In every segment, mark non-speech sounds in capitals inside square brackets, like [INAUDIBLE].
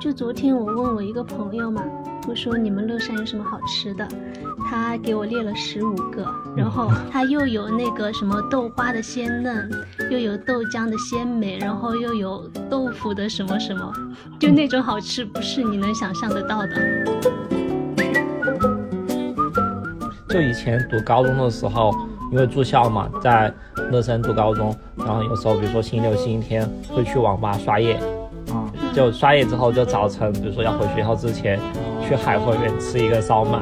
就昨天我问我一个朋友嘛，我说你们乐山有什么好吃的，他给我列了十五个，然后他又有那个什么豆花的鲜嫩，又有豆浆的鲜美，然后又有豆腐的什么什么，就那种好吃不是你能想象得到的。就以前读高中的时候，因为住校嘛，在乐山读高中，然后有时候比如说星期六、星期天会去网吧刷夜，啊，就刷夜之后就早晨，比如说要回学校之前，去海货园吃一个烧麦。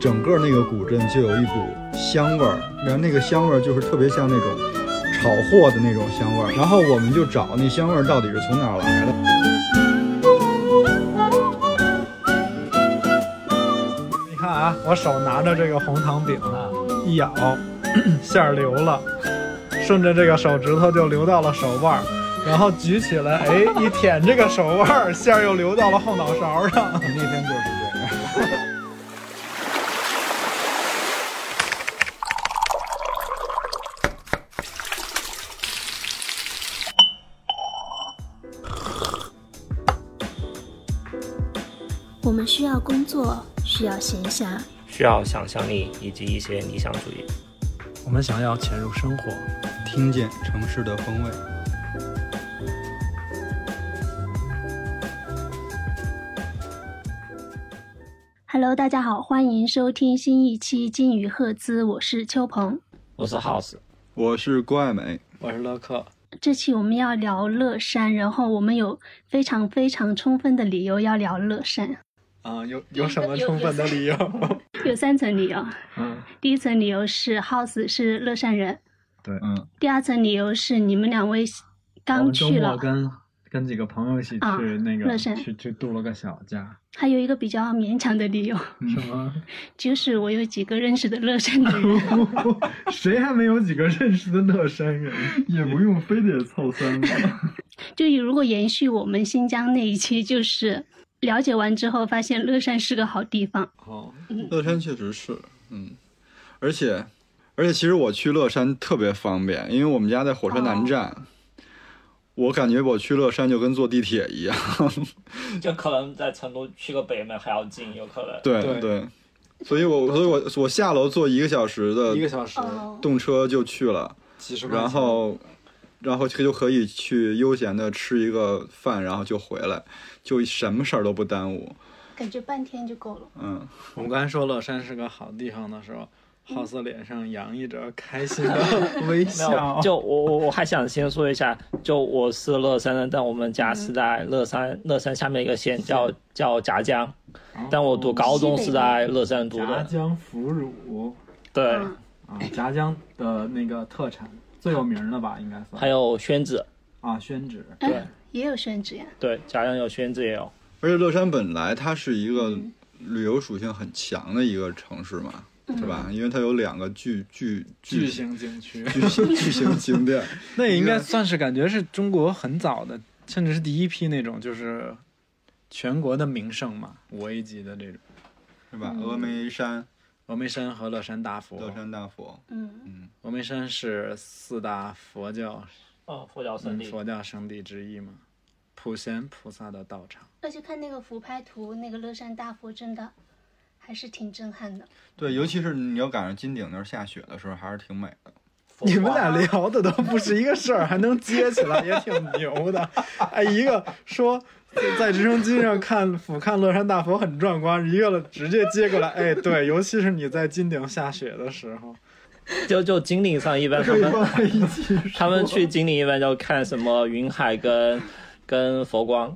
整个那个古镇就有一股香味儿，然后那个香味儿就是特别像那种炒货的那种香味儿。然后我们就找那香味儿到底是从哪儿来的。你看啊，我手拿着这个红糖饼啊，一咬， [CLEARS THROAT] 馅儿流了，顺着这个手指头就流到了手腕儿，然后举起来，哎，一舔这个手腕儿，馅儿又流到了后脑勺上。 [LAUGHS] 那天就是这样。我们需要工作，需要闲暇，需要想象力以及一些理想主义。我们想要潜入生活，听见城市的风味， Hello，大家好，欢迎收听新一期《金鱼赫兹》，我是秋鹏。我是 House，我是郭爱美。我是乐克。这期我们要聊乐山，然后我们有非常非常充分的理由要聊乐山，啊，有有什么充分的理由？有三层理由。嗯，第一层理由是 House 是乐山人，对，嗯，第二层理由是你们两位我刚们哦周去末了，跟跟几个朋友一起去啊那个、乐山去去度了个小假，嗯还有一个比较勉强的理由，什么就是我有几个认识的乐山的人， [LAUGHS] 谁还没有几个认识的乐山人？也不用非得凑三个。 [LAUGHS] 就如果延续我们新疆那一期，就是了解完之后发现乐山是个好地方，好，乐山确实是，嗯，而且而且其实我去乐山特别方便，因为我们家在火车南站。哦我感觉我去乐山就跟坐地铁一样， [LAUGHS] [LAUGHS] 就可能在成都去个北美还要近，有可能。对对所以我所以我我下楼坐一个小时一的个小时，动车就去了，几十块钱，然后然后就可以去悠闲的吃一个饭，然后就回来，就什么事儿都不耽误，感觉半天就够了。嗯，我们刚才说乐山是个好地方的时候，浩斯脸上洋溢着开心的 [LAUGHS] 微没有，就我我我还想先说一下，就我是乐山人，但我们家是在乐山，乐山下面一个县叫叫夹江，但我读高中是在乐山读夹的。江腐乳对，嗯啊，夹江的那个特产最有名的吧，应该算还有宣纸，啊，[LAUGHS] 宣纸。对哎，也有宣纸呀，对，夹江有宣纸也有。而且乐山本来它是一个嗯旅游属性很强的一个城市嘛，是吧？因为它有两个巨巨嗯巨巨型景区，巨型巨型景点，那也应该算是感觉是中国很早的，甚至是第一批那种就是全国的名胜嘛，五 A 级的这种，是 [LAUGHS] 嗯吧？峨眉山、峨眉山和乐山大佛。乐山大佛，嗯，峨眉山是四大佛教哦，佛教嗯佛教圣地之一嘛，普贤菩萨的道场。而且看那个俯拍图，那个乐山大佛真的还是挺震撼的。对，尤其是你要赶上金顶那儿下雪的时候，还是挺美的。你们俩聊的都不是一个事儿，还能接起来，也挺牛的。哎，一个说在直升机上看俯瞰乐山大佛很壮观，一个直接接过来，哎，对，尤其是你在金顶下雪的时候，就就金陵 [LAUGHS] 上一般他们放在一起 [LAUGHS] 他们去金陵一般就看什么云海跟跟佛光，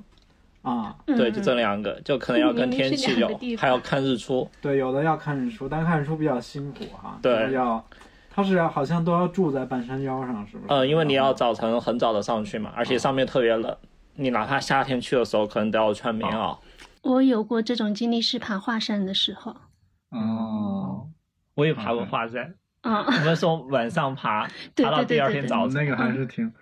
啊。嗯对，就这两个，就可能要跟天明气明是两有个地，方还要看日出。对，有的要看日出，但看日出比较辛苦哈，对就是要。他是要好像都要住在半山腰上，是不是？哦呃，因为你要然后早晨很早的上去嘛，而且上面特别冷，你哪怕夏天去的时候，可能都要穿棉袄。哦我有过这种经历，是爬华山的时候，嗯哦，我也爬过华山，嗯，我们说晚上爬，对爬到第二天早嗯晨。嗯那个还是挺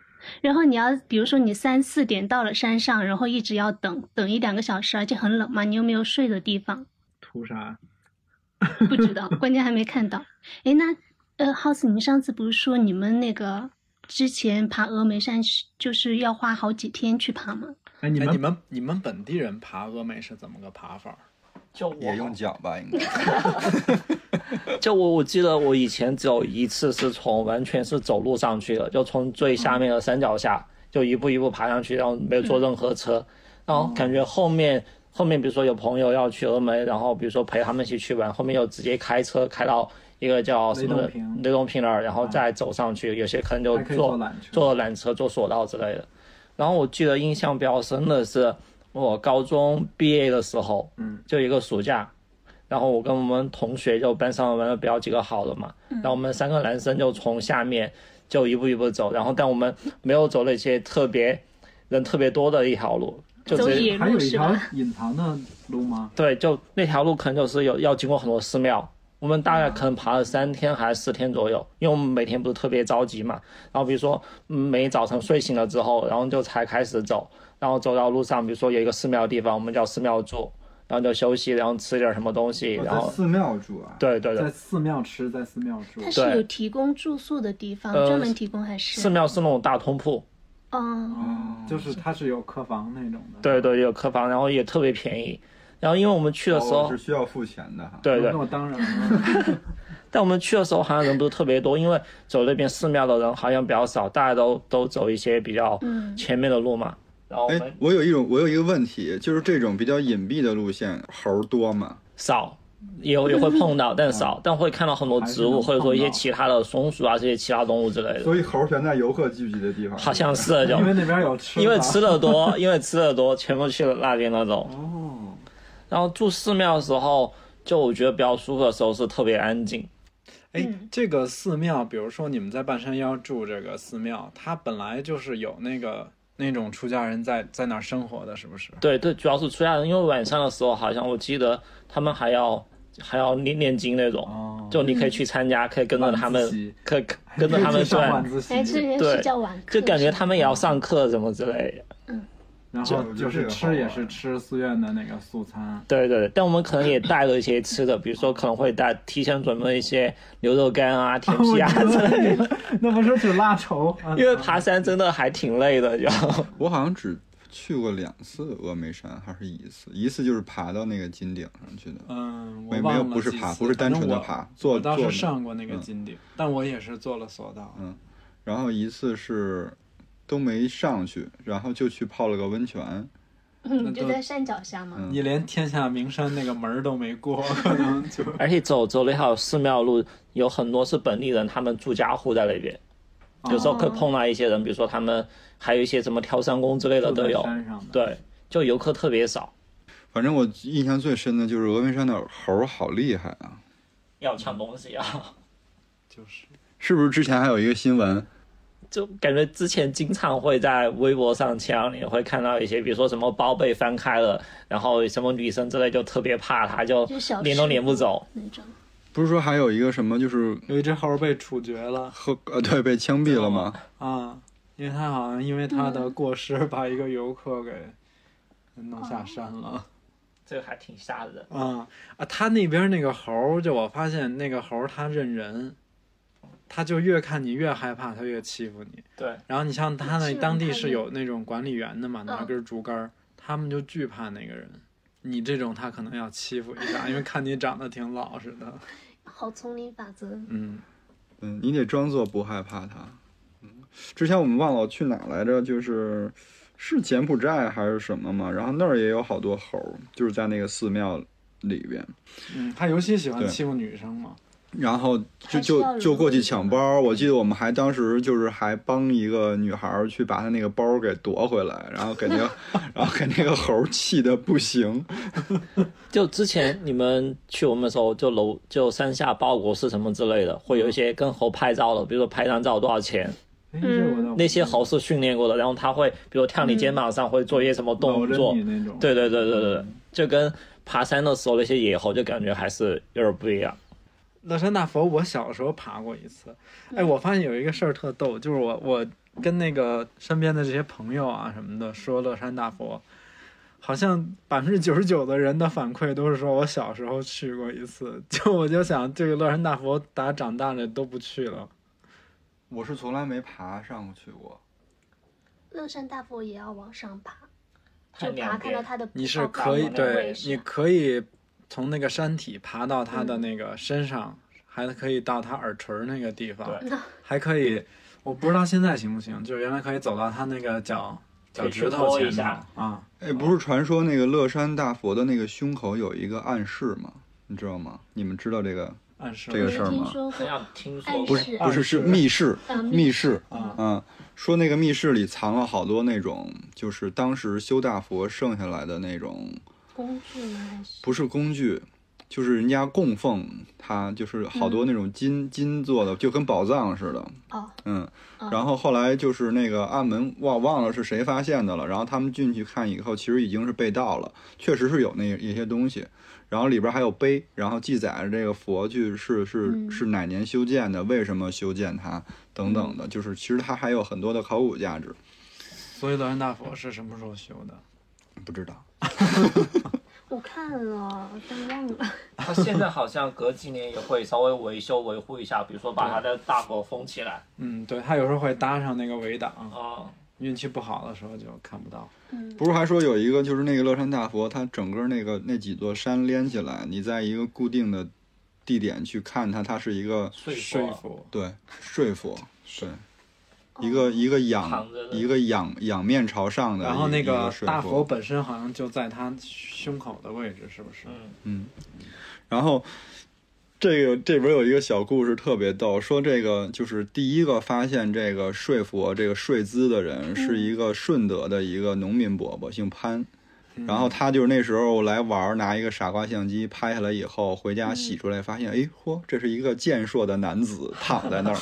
然后你要比如说你三四点到了山上， [LAUGHS] 然后一直要等等一两个小时，而且很冷嘛，你又没有睡的地方。图啥？不知道，关键还没看到。哎，那呃，House，你们上次不是说你们那个之前爬峨眉山是就是要花好几天去爬吗？哎，你哎们你们你们本地人爬峨眉是怎么个爬法？就我也用脚吧，应该。就我我记得我以前只有一次是从完全是走路上去的，就从最下面的山脚下、就一步一步爬上去，然后没有坐任何车，然后感觉后面后面比如说有朋友要去峨眉，然后比如说陪他们一起去玩，后面又直接开车开到一个叫什么雷东平雷东平那儿，然后再走上去，有些可能就还可以坐坐缆车坐缆车、坐索道之类的。然后我记得印象比较深的是我高中毕业的时候，嗯，就一个暑假，然后我跟我们同学就班上玩的比较几个好的嘛，嗯然后我们三个男生就从下面就一步一步走，然后但我们没有走那些特别人特别多的一条路，就走嗯直接野路是吧？隐藏的路吗？对，就那条路可能就是有要经过很多寺庙。我们大概可能爬了三天还是四天左右，因为我们每天不是特别着急嘛。然后比如说，嗯每早晨睡醒了之后，然后就才开始走，然后走到路上，比如说有一个寺庙的地方，我们叫寺庙住，然后就休息，然后吃点什么东哦西，然后寺庙住啊，对对对，寺庙吃，在寺庙住它是有提供住宿的地方，呃专门提供还是？寺庙是那种大通铺，哦，就是它是有客房那种的。对对，有客房，然后也特别便宜。然后因为我们去的时候，哦是需要付钱的哈。对对那，我当然了， [LAUGHS] 但我们去的时候好像人不是特别多，因为走那边寺庙的人好像比较少，大家都都走一些比较嗯前面的路嘛。然后我哎们，我有一种，我有一个问题，就是这种比较隐蔽的路线，猴儿多吗？少，也有也会碰到，但少，但会看到很多植物，还是能或者说一些碰到其他的松鼠啊，这些其他动物之类的。所以猴儿全在游客聚集的地方。好像是就 [LAUGHS] 因为那边有吃的，因为吃的多， [LAUGHS] 因为吃的多，全部去了那边那种。哦，然后住寺庙的时候，就我觉得比较舒服的时候是特别安静。哎嗯，这个寺庙，比如说你们在半山腰住这个寺庙，它本来就是有那个那种出家人在在那儿生活的，是不是？对，对，主要是出家人，因为晚上的时候好像我记得他们还要还要念念经那种。哦，就你可以去参加，可以跟着他晚们自习，可可跟着他们上转晚，自哎，这习，人对是叫晚课，就感觉他们们也要上课什么之类的。然这后就是吃也是吃寺院的那个素餐。对对，对但我们可能也带了一些吃的，比如说可能会带提前准备一些牛肉干 [LAUGHS] 啊、甜哦我皮啊觉之得类你的，们 [LAUGHS] 那不是挺拉仇？啊因为爬山真的还挺累的，就我好像只去过两次峨眉山，还是一次，一次就是爬到那个金顶上去的，嗯，没没我忘有了不是几爬，次不是单纯的。反爬，嗯正我坐我当坐时着。上过那个金顶，但我也是坐了索道。嗯然后一次是都没上去，然后就去泡了个温泉。嗯，就在山脚下嗯嘛。你连天下名山那个门儿都 [LAUGHS] 没过，可能就而且走走那条寺庙路，有很多是本地人，他们住家户在那边，有时候可以碰到一些人，比如说他们还有一些什么挑山工之类的都住有在，山上的。对，就游客特别少，反正我印象最深的就是峨眉山的猴儿好厉害啊！要抢东西啊。就是是不是之前还有一个新闻，就感觉之前经常会在微博上抢，你会看到一些，比如说什么包被翻开了，然后什么女生之类就特别怕他，就就是小撵都吃撵不走。那种，不是说还有一个什么就是有一只猴儿被处决了和呃对被枪毙了吗？啊，因为它好像因为它嗯的过失把一个游客给弄下哦山了这个还挺吓人的。啊啊！它那边那个猴儿，就我发现那个猴儿它认人，它就越看你越害怕，它越欺负你。对，然后你像他那是啊当地他嗯是有有那种管理员的嘛，拿根竹竿儿，他们就惧怕那个人。你这种他可能要欺负一 [LAUGHS] 下，因为看你长得挺老实的。好丛林法则。嗯，嗯，你得装作不害怕它。嗯，之前我们忘了去哪来着，就是是柬埔寨还是什么嘛，然后那儿也有好多猴儿，就是在那个寺庙里边，嗯，他尤其喜欢对欺负女生嘛。然后就还是要就融就过去入抢包。我记得我们还当时就是还帮一个女孩儿去把她那个包给夺回来，然后给 [LAUGHS] 那个然后给那个猴儿气的不行。就之前你们去我们的时候，就楼就山下报国是什么之类的，会有一些跟猴拍照的，比如说拍张照多少钱，哎，这嗯我倒那些猴是训练过的，然后他会比如跳你肩膀上，会做一些什么搂动着作。你那种。对对对对对对，就跟爬山的时候那些野猴，就感觉还是有点不一样。乐山大佛，我小时候爬过一次。哎，我发现有一个事儿特逗，就是我我跟那个身边的这些朋友啊什么的说乐山大佛，好像百分之九十九的人的反馈都是说我小时候去过一次， [LAUGHS] 就我就想这个乐山大佛大家长大了都不去了。我是从来没爬上去过。乐山大佛也要往上爬，看就爬看两到边，它的你是哦高可以的对位，置你可以从那个山体爬到它的那个身上，还可以到它耳垂儿那个地方，对还可以，我不知道现在行不行，就是原来可以走到它那个脚脚腿去趾头摸一前头下啊。哎，不是传说那个乐山大佛的那个胸口有一个暗示吗？你知道吗？你们知道这个暗示这个没事儿听吗说过，好像听说暗过示不是是密室，呃啊密室啊，嗯，说那个密室里藏了好多那种，就是当时修大佛剩下来的那种，工具吗？还是不是工具，就是人家供奉它，就是好多那种金、金做的，就跟宝藏似的，嗯哦，嗯嗯。然后后来就是那个暗门，忘忘了是谁发现的了。然后他们进去看以后，其实已经是被盗了，确实是有那一些东西。然后里边还有碑，然后记载着这个佛具是是嗯是哪年修建的，为什么修建它等等嗯的，就是其实它还有很多的考古价值。所以乐山大佛是什么时候修的？不知道，我看了，但忘了。它现在好像隔几年也会稍微维修维护一下，比如说把它的大佛封起 [LAUGHS] 来嗯，对，它有时候会搭上那个围挡，啊。运气不好的时候就看不到。嗯，不是还说有一个就是那个乐山大佛，它整个那个那几座山连起来，你在一个固定的地点去看它，它是一个睡说佛服，对睡佛，对， [LAUGHS] 一哦个一个仰躺着的一个仰仰面朝上的一，然后那一个个睡大佛佛，本身好像就在他胸口的位置，是不是？嗯，嗯，然后。这个这边有一个小故事特别逗，说这个就是第一个发现这个睡佛这个睡姿的人是一个顺德的一个农民伯伯，姓潘，然后他就是那时候来玩儿，拿一个傻瓜相机拍下来以后，回家洗出来，发现，哎，嚯，这是一个健硕的男子躺在那儿。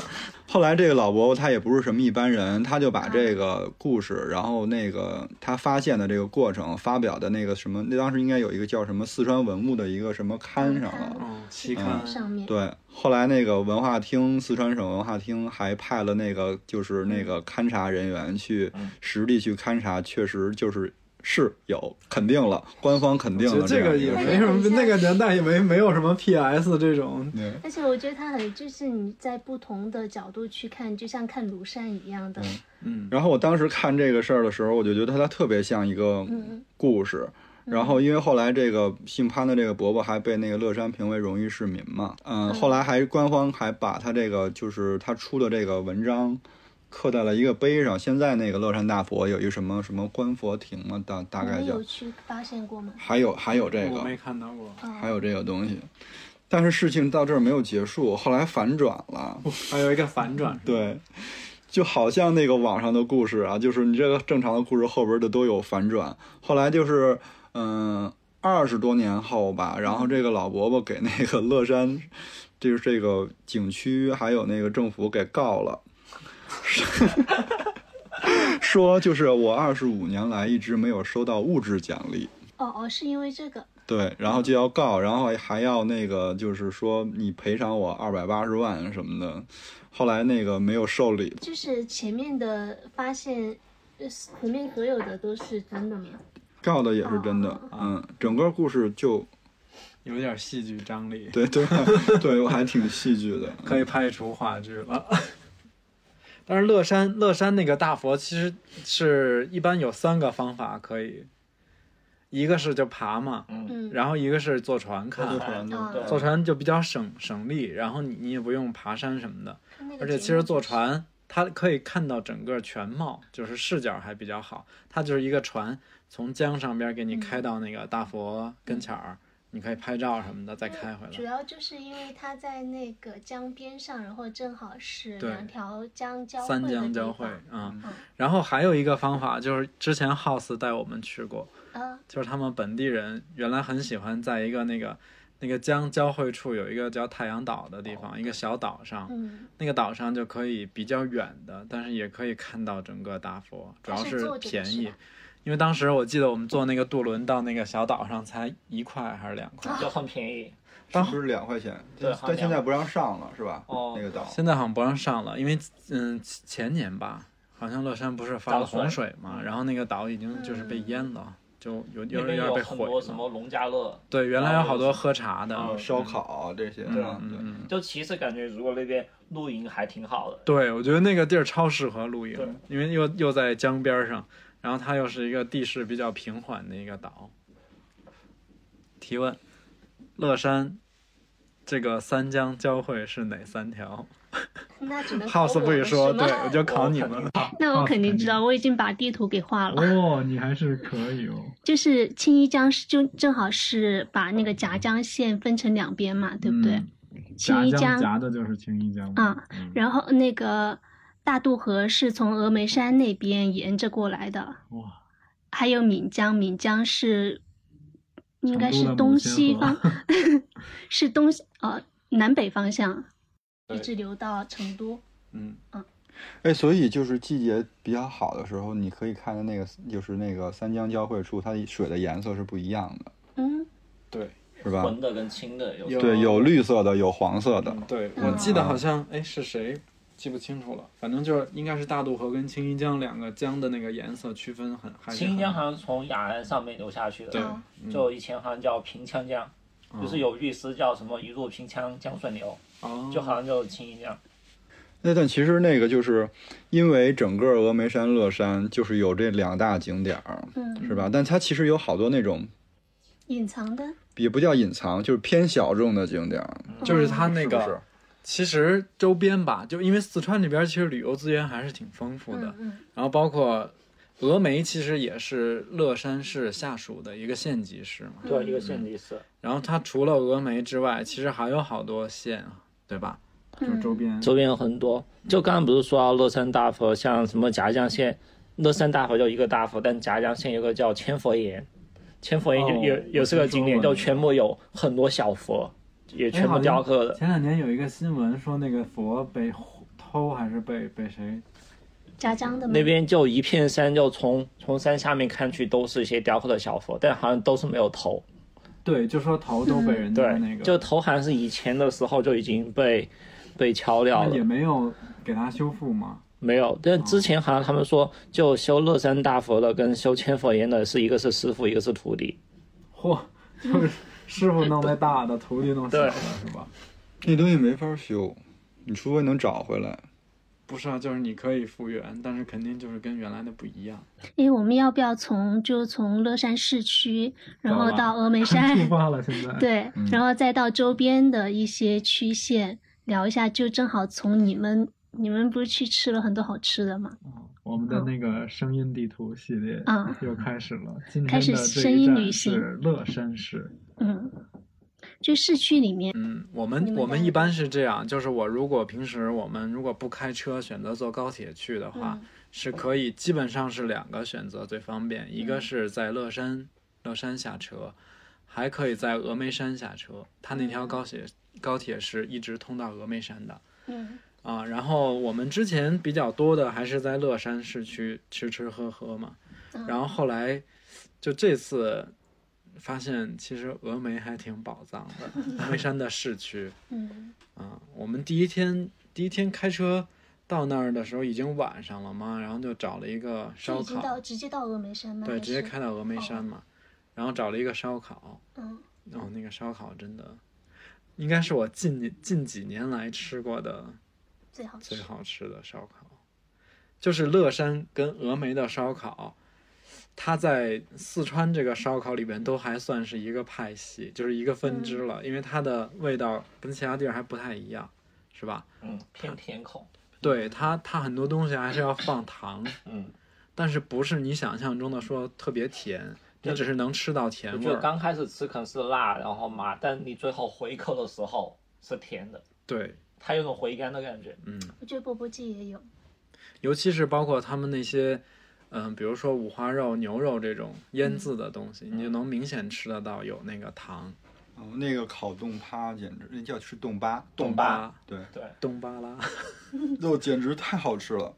后来这个老伯伯他也不是什么一般人，他就嗯把这个故事，然后那个他发现的这个过程发表的那个什么，那当时应该有一个叫什么四川文物的一个什么刊上了。嗯，期刊在上面对，后来那个文化厅，四川省文化厅还派了那个就是那个勘察人员去嗯实地去勘察，确实就是是有肯定了，官方肯定其了实这样个一也个事没儿。什么，那个年代也没没有什么 PS 这种。对，而且我觉得它很，就是你在不同的角度去看，就像看庐山一样的。嗯，然后我当时看这个事儿的时候，我就觉得它特别像一个嗯故事。然后，因为后来这个姓潘的这个伯伯还被那个乐山评为荣誉市民嘛，嗯，后来还官方还把他这个就是他出的这个文章刻在了一个碑上。现在那个乐山大佛有一什么什么观佛亭嘛，大大你概们叫有去发现过吗？还有还有这我个没看到过。还有这个东西，但是事情到这儿没有结束，后来反转了。哦还有一个反 [LAUGHS] 转，对，就好像那个网上的故事啊，就是你这个正常的故事后边的都有反转。后来就是，嗯、二十多年后吧，然后这个老伯伯给那个乐山，就是这个景区还有那个政府给告了。 [LAUGHS] 说就是我二十五年来一直没有收到物质奖励，哦哦，是因为这个。对，然后就要告，然后还要那个，就是说你赔偿我二百八十万什么的。后来那个没有受理，就是前面的发现，呃前面所有的都是真的吗？告的也是真的，嗯，整个故事就有点戏剧张力，对对 [LAUGHS] 对，我还挺戏剧的，可以拍出话剧了。 [LAUGHS] 但是乐山乐山那个大佛其实是一般有三个方法可以，一个是就爬嘛，嗯，然后一个是坐船看坐，船的啊坐船就比较省省力，然后你你也不用爬山什么的，看那个而且节其实目坐船它可以看到整个全貌，就是视角还比较好。它就是一个船从江上边嗯给你开到那个大佛跟前儿，你可以拍照什么的，再开回主来。要就是因为它在那个江边上，然后正好是对两条江交汇三的江地交汇方啊、嗯然后还有一个方法就是之前 House 带我们去过，啊，就是他们本地人原来很喜欢在一个那个那个江交汇处有一个叫太阳岛的地方，一个小岛上，嗯，那个岛上就可以比较远的，但是也可以看到整个大佛，主要是坐着的便是宜吧。因为当时我记得我们坐那个渡轮到那个小岛上才一块还是两块，就很便宜。是不是两块钱？对好像但现在不让上了是吧？哦那个岛，现在好像不让上了，因为嗯前年吧，好像乐山不是发了涨水嗯嗯洪水嘛，然后那个岛已经就是被淹了，就有那有边点有被很毁多什了。么农家乐，对，原来有好多喝茶的，嗯烧烤啊这些，嗯对吧？对嗯，就其实感觉如果那边露营还挺好的，对，我觉得那个地儿超适合露对营，因为又又在江边儿上，然后它又是一个地势比较平缓的一个岛。提问：乐山这个三江交汇是哪三条那只能嗯考 [LAUGHS] ？House 我不许了说，是吗 [LAUGHS] 对嗯我就考你们。那我肯定知道，我已经把地图给画了。哦，你还是可以哦。就是青衣江是就正好是把那个夹江县分成两边嘛，对不对？嗯青衣的就是青衣江嗯啊，然后那个大渡河是从峨眉山那边沿着过来的，哇，还有岷江，岷江是应该成都是的东母亲西河方， [LAUGHS] 是东西呃南北方向，对一直流到成都。嗯，哎，所以就是季节比较好的时候，你可以看到那个就是那个三江交汇处，它水的颜色是不一样的，嗯，对，是吧？浑的跟清的有有对，有绿色的，有黄色的。嗯对，嗯我记得好像哎是谁记不清楚了，反正就是应该是大渡河跟青衣江两个江的那个颜色区分很还是青很江好像从雅安上面流下去的，对嗯哦，就以前好像叫平羌江，就是有律诗叫什么“一路平羌江水流”，哦，就好像就是青衣江。那但其实那个就是因为整个峨眉山、乐山就是有这两大景点儿，嗯是吧？但它其实有好多那种隐藏的也不叫隐藏，就是偏小众的景点儿，嗯就是它那是不个是？其实周边吧，就因为四川这边其实旅游资源还是挺丰富的，嗯嗯然后包括峨眉其实也是乐山市下属的一个县级市嘛。对，一个县级市。然后它除了峨眉之外，其实还有好多县，啊对吧？就是周边。周边有很多。就刚刚不是说到乐山大佛，像什么夹江县，乐山大佛就一个大佛，但夹江县有个叫千佛岩，千佛岩哦就也、也是个景点，我听说过就全部有很多小佛，也全部雕刻的。前两年有一个新闻说，那个佛被偷还是被被谁？夹江嗯的吗那边就一片山，就从从山下面看去都是一些雕刻的小佛，但好像都是没有头。对，就说头都被人家对，嗯那个，就头好像是以前的时候就已经被被敲掉那了也，没有给他修复嘛。没有。但哦之前好像他们说，就修乐山大佛的跟修千佛岩的是一个是师傅，一个是徒弟。嚯，就是 [LAUGHS] 师傅弄那大的，徒弟弄小的，是吧？那东西没法修，你除非能找回来。不是啊，就是你可以复原，但是肯定就是跟原来的不一样。诶，我们要不要从就从乐山市区，然后走啊到峨眉 [LAUGHS] 山，发了，现在。对，嗯然后再到周边的一些区县聊一下，就正好从你们你们不是去吃了很多好吃的嘛？我们的那个声音地图系列嗯又开始了。今开天始的这声一音站旅行是乐山市。嗯，就市区里面，嗯，我你们们我在们哪一般是这样，就是我如果平时我们如果不开车，选择坐高铁去的话，嗯是可以基本上是两个选择最方便，一个是在乐山乐山下车，还可以在峨眉山下车。它那条高铁高铁是一直通到峨眉山的。嗯啊，然后我们之前比较多的还是在乐山市区吃吃喝喝嘛，嗯然后后来就这次发现，其实峨眉还挺宝藏的，峨眉山的市区嗯啊。我们第一天第一天开车到那儿的时候已经晚上了嘛，然后就找了一个就烧已经烤到，直接到峨眉哦山吗？对，还直接是开到峨眉山嘛，然后找了一个烧烤，嗯，哦，那个烧烤真的应该是我近年近几年来吃过的最好吃最。好吃的烧烤，就是乐山跟峨眉的烧烤，它在四川这个烧烤里边都还算是一个派系，就是一个分支了，嗯因为它的味道跟其他地儿还不太一样，是吧？嗯，偏甜口。对它，它很多东西还是要放糖，嗯，但是不是你想象中的说特别甜，你只是能吃到我甜味觉得儿。刚开始吃可能是辣，然后麻，但你最后回扣的时候是甜的，对，它有种回甘的感觉。嗯，我觉得钵钵鸡也有，尤其是包括他们那些，嗯、比如说五花肉、牛肉这种腌制的东西，你就能明显吃得到有那个糖。哦，那个烤冻趴简直，那叫是冻巴，冻巴， [LAUGHS] 对，对，冻巴拉，肉简直太好吃了。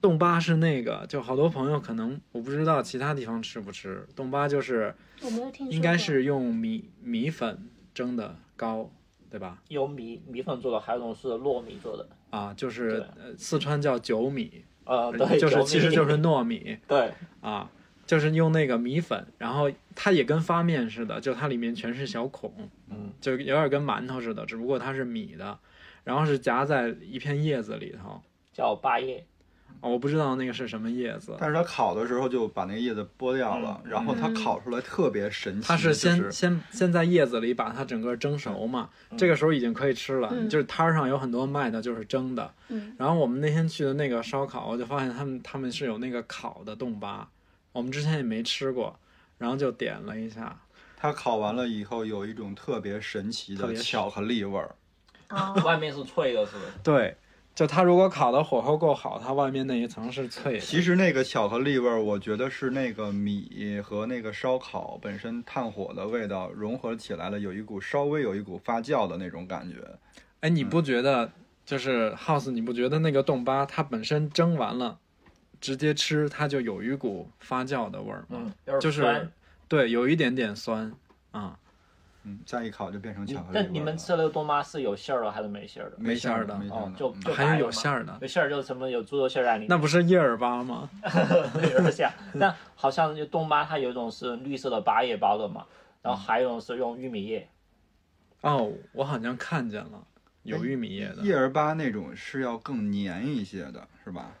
冻巴是那个，就好多朋友可能我不知道其他地方吃不吃，冻巴就是我没有听说。应该是用米米粉蒸的糕，对吧？有米米粉做的，还有一种是糯米做的。啊，就对是呃四川叫酒米，呃，对，就是有米其实就是糯米对，啊，就是用那个米粉，然后它也跟发面似的，就它里面全是小孔，嗯，就有点跟馒头似的，只不过它是米的，然后是夹在一片叶子里头。叫八叶，哦我不知道那个是什么叶子，但是它烤的时候就把那个叶子剥掉了，然后它烤出来特别神奇。嗯它是先、就是嗯先先在叶子里把它整个蒸熟嘛，这个时候已经可以吃了。嗯就是摊儿上有很多卖的，就是蒸的。嗯然后我们那天去的那个烧烤，我就发现他们他们是有那个烤的冻巴，我们之前也没吃过，然后就点了一下。它烤完了以后有一种特别神奇特的别神巧克力味儿，哦，外面是脆的，是不是？对，就它如果烤的火候够好，它外面那一层是脆的。其实那个巧克力味儿，我觉得是那个米和那个烧烤本身炭火的味道融合起来了，有一股稍微有一股发酵的那种感觉。哎，你不觉得就是 House？你不觉得那个冻巴它本身蒸完了，直接吃它就有一股发酵的味儿吗？嗯，有点就是酸对，有一点点酸啊。嗯，再一烤就变成巧克力味儿了。但你们吃的冬妈是有馅儿的还是没馅儿的？啊没馅儿没儿没馅馅的儿哦就嗯就还有有馅儿的，有馅儿就是什么有猪肉馅儿在里面，那不是叶儿粑吗？对，有点像。但好像就冬妈它有一种是绿色的八叶包的嘛，然后还有一种是用玉米叶，哦，我好像看见了，有玉哎米叶的叶儿粑那种是要更黏一些的，是吧？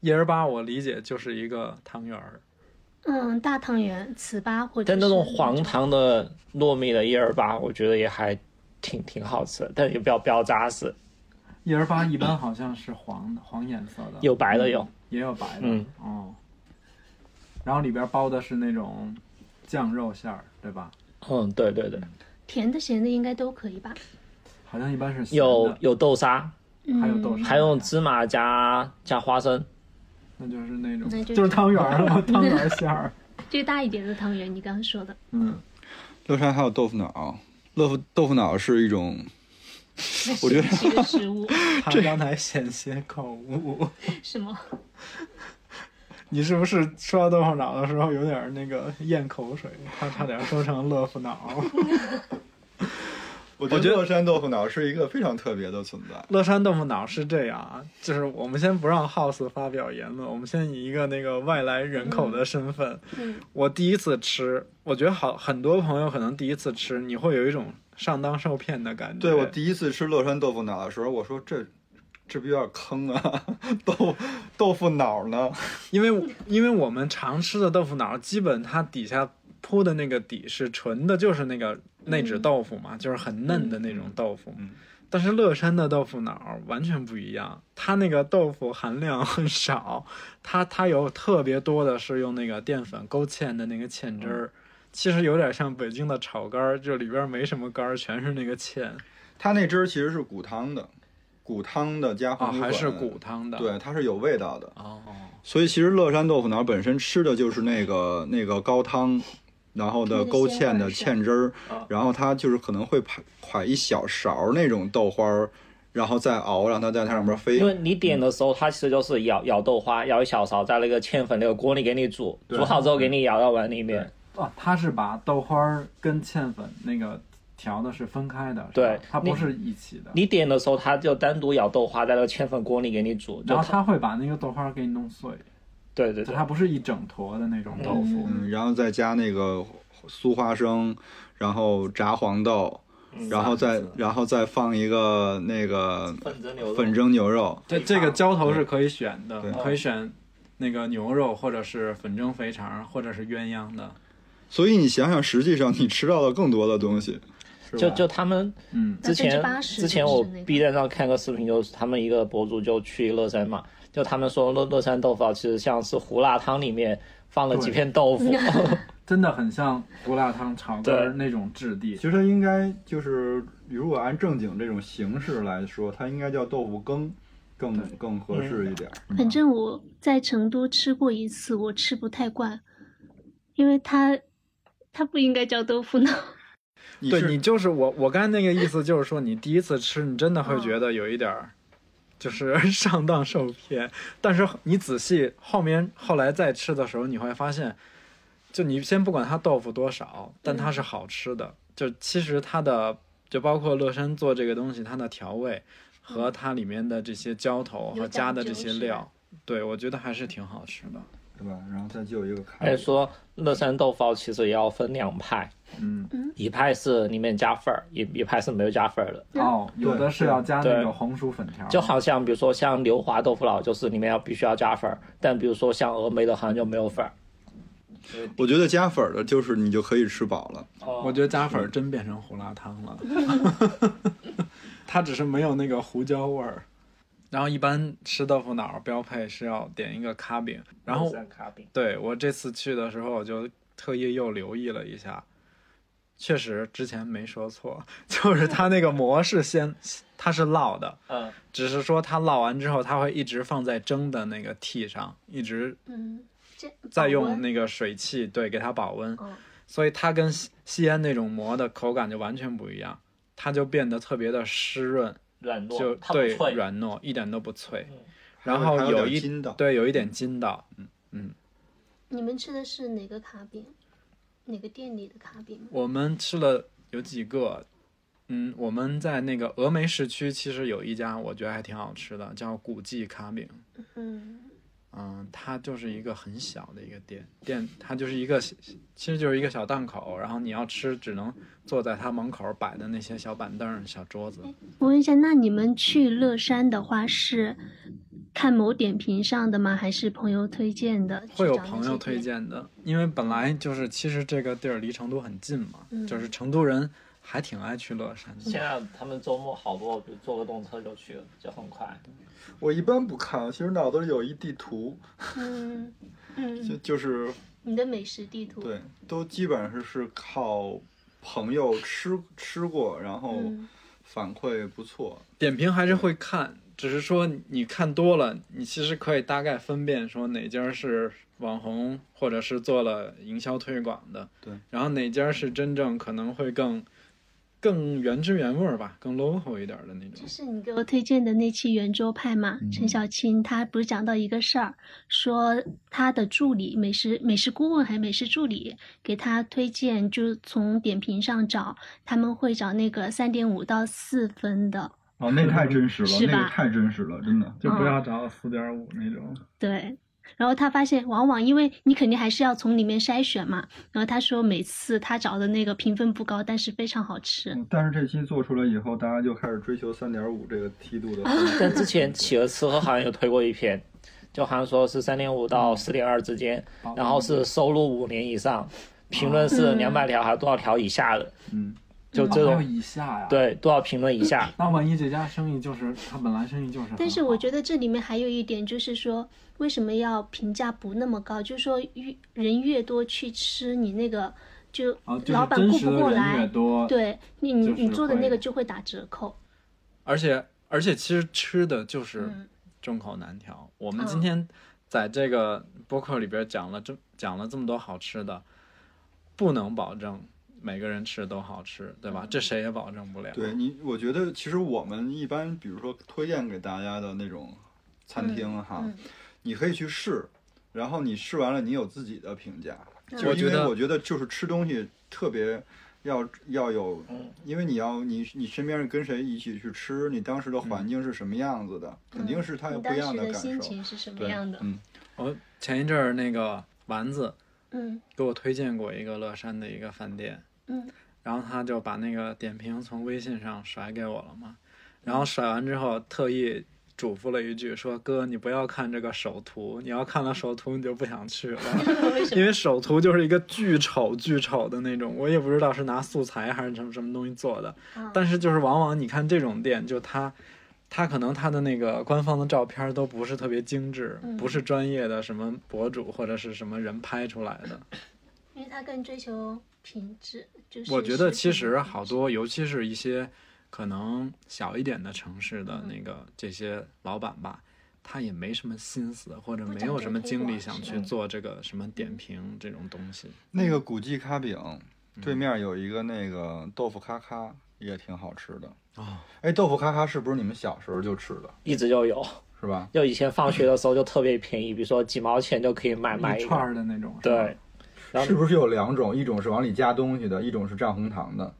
叶儿粑，我理解就是一个汤圆儿。嗯，大汤圆、糍粑或者但那种是黄糖的糯米的叶儿粑，我觉得也还挺挺好吃的，但也不要不要扎实，叶儿粑一般好像是黄的，黄颜色的，有白的有。也有白的，嗯哦。然后里边包的是那种酱肉馅儿，对吧？嗯，对对对，甜的、咸的应该都可以吧？好像一般是咸的有有豆沙，还嗯有豆沙，还有芝麻加加花生。那就是那种那就是是汤圆儿 [LAUGHS] 了，汤圆儿馅儿。最大一点的汤圆，你刚刚说 [LAUGHS] 的，嗯，乐山还有豆腐脑，豆腐豆腐脑是一种，我觉得这个食物 [LAUGHS] 他刚才险些口误。什么？你是不是说到豆腐脑的时候有点那个咽口水？他差点说成乐福脑。我觉得乐山豆腐脑是一个非常特别的存在。乐山豆腐脑是这样啊，就是我们先不让 House 发表言论，我们先以一个那个外来人口的身份。嗯我第一次吃，我觉得好，很多朋友可能第一次吃，你会有一种上当受骗的感觉。对我第一次吃乐山豆腐脑的时候，我说这这不有点坑啊，豆豆腐脑呢？因为因为我们常吃的豆腐脑，基本它底下铺的那个底是纯的，就是那个内酯豆腐嘛，就是很嫩的那种豆腐。嗯但是乐山的豆腐脑完全不一样，它那个豆腐含量很少，它它有特别多的是用那个淀粉勾芡的那个芡汁嗯儿。其实有点像北京的炒肝儿，就里边没什么肝儿，全是那个芡它那汁儿其实是骨汤的，骨汤的加啊、红、还是骨，汤的。对，它是有味道的。哦，所以其实乐山豆腐脑本身吃的就是那个那个高汤，然后的勾芡的芡汁儿啊，然后它就是可能会蒯蒯一小勺那种豆花儿，然后再熬，让它在它上面飞因。为你点的时候，它其实就是舀舀豆花，舀一小勺在那个芡粉那个锅里给你煮，对煮好之后给你舀到碗里面。哦，它是把豆花儿跟芡粉那个调的是分开的，是吧对它你不是一起的。你点的时候，它就单独舀豆花在那个芡粉锅里给你煮，就然后它会把那个豆花儿给你弄碎，对对就对它，不是一整坨的那种豆腐。嗯，然后再加那个酥花生，然后炸黄豆，然后再然后再放一个那个粉蒸牛肉，粉蒸牛肉。对，肥这个肠浇头是可以选的对，可以选那个牛肉，或者是粉蒸肥肠，或者是鸳鸯的。所以你想想，实际上你吃到了更多的东西。是就吧就他们嗯，之前80%之前我就是那个 B 站上看个视频，就是他们一个博主就去乐山嘛，就他们说乐乐山豆腐脑啊其实像是胡辣汤里面放了几片豆 [LAUGHS] 腐，真的很像胡辣汤炒肝儿那种质地。其实它应该就是，如果按正经这种形式来说，它应该叫豆腐羹，更更合适一点。反正我在成都吃过一次，我吃不太惯，因为它它不应该叫豆腐脑。你对是你就是我，我刚才那个意思就是说，你第一次吃，你真的会觉得有一点儿，就是 [LAUGHS] 上当受骗。但是你仔细后面后来再吃的时候，你会发现，就你先不管它豆腐多少，但它是嗯好吃的。就其实它的就包括乐山做这个东西，它的调味和它里面的这些浇头嗯有和加的讲究这些是吧料，对我觉得还是挺好吃的。对吧？然后再就一个咖还喱是，说乐山豆腐其实也要分两派，嗯，一派是里面加份儿，一一派是没有加份儿的。嗯哦，有的是要加那对种红薯粉条，就好像比如说像刘华豆腐脑，就是里面要必须要加粉儿，但比如说像峨眉的好像就没有粉儿。我觉得加粉儿的就是你就可以吃饱了。我觉得加粉儿真变成胡辣汤了，它只是没有那个胡椒味儿。然后一般吃豆腐脑儿标配是要点一个咖饼，然后卡饼，对我这次去的时候，我就特意又留意了一下，确实之前没说错， [LAUGHS] 就是它那个膜是先它是烙的，嗯，只是说它烙完之后，它会一直放在蒸的那个屉上，一直嗯，这再保用温那个水汽对给它保温，哦所以它跟西西安那种馍的口感就完全不一样，它就变得特别的湿润，软就对软糯，一点都不脆。然后还有点一筋道，对有一点筋道，你们吃的是哪个卡饼？哪个店里的卡饼吗？我们吃了有几个，嗯，我们在那个峨眉市区其实有一家，我觉得还挺好吃的，叫古记卡饼。嗯，嗯，它就是一个很小的一个店，店它就是一个，其实就是一个小档口，然后你要吃只能坐在它门口摆的那些小板凳、小桌子。我问一下，那你们去乐山的话是看某点评上的吗？还是朋友推荐的？会有去找那朋友些推店。荐的，因为本来就是其实这个地儿离成都很近嘛，嗯就是成都人还挺爱去乐山的。现在他们周末好多，比如坐个动车就去了，就很快。嗯我一般不看，其实脑子里有一地图，嗯就嗯，就是你的美食地图。对，都基本上是靠朋友吃吃过，然后嗯反馈不错。点评还是会看，只是说你看多了，你其实可以大概分辨说哪家是网红，或者是做了营销推广的，对，然后哪家是真正可能会更更原汁原味儿吧，更 local 一点儿的那种就。是你给我推荐的那期圆桌派嘛，陈小青他不是讲到一个事儿，说他的助理美食美食顾问还是美食助理给他推荐，就是从点评上找，他们会找那个三点五到四分的，哦，那太真实了，是吧那个太真实了，真的。就不不要要找四点五那种。对。然后他发现，往往因为你肯定还是要从里面筛选嘛。然后他说，每次他找的那个评分不高，但是非常好吃。嗯但是这期做出来以后，大家就开始追求三点五这个梯度的。啊但之前企鹅吃喝好像有推过一篇，就好像说是三点五嗯到四点二之间，哦啊然后是收入五年以上，评论是两百条还是多少条以下的，嗯，就这种、以下呀，，对多少评论以下。那万一这家生意就是他本来生意就是，但是我觉得这里面还有一点，就是说为什么要评价不那么高？就是说越人越多去吃，你那个就啊，就是老板真顾实不的过人越来，多，对你你就是你做的会那个就会打折扣。而且而且其实吃的就是嗯众口难调。我们嗯今天在这个播客里边讲了这讲了这么多好吃的，不能保证每个人吃都好吃，对嗯吧？这谁也保证不了。对你，我觉得其实我们一般，比如说推荐给大家的那种餐厅啊啊哈，嗯你可以去试，然后你试完了，你有自己的评价。嗯就是我因觉为得我觉得就是吃东西特别要要有，因为你要你你身边是跟谁一起去吃，你当时的环境是什么样子的，肯定是它有嗯你不当一样时的感心受。情是什么对样的？嗯，我前一阵儿那个丸子嗯给我推荐过一个乐山的一个饭店，嗯，然后他就把那个点评从微信上甩给我了嘛，然后甩完之后特意嘱咐了一句说：“哥，你不要看这个首图，你要看了首图你就不想去了，嗯 [LAUGHS] [LAUGHS] 因为首图就是一个巨丑巨丑的那种，我也不知道是拿素材还是什么什么东西做的，嗯但是就是往往你看这种店，就它。”它可能它的那个官方的照片都不是特别精致，嗯不是专业的什么博主或者是什么人拍出来的，因为他更追求品质，就是我觉得其食品的实品好质多，尤其是一些可能小一点的城嗯市的那个这些老板吧，他也没什么心思，或者不没讲有究什么推精广力是想去吧做这个什么点评这种东西。那嗯个古记咖饼对面有一个那个豆腐咔咔，也挺好吃的。哦，哎，豆腐咔咔是不是你们小时候就吃的，一直就有，是吧？就以前放学的时候就特别便宜，比如说几毛钱就可以买买一一串个。儿的那种，对，，然后是不是有两种？一种是往里加东西的，一种是蘸红糖的，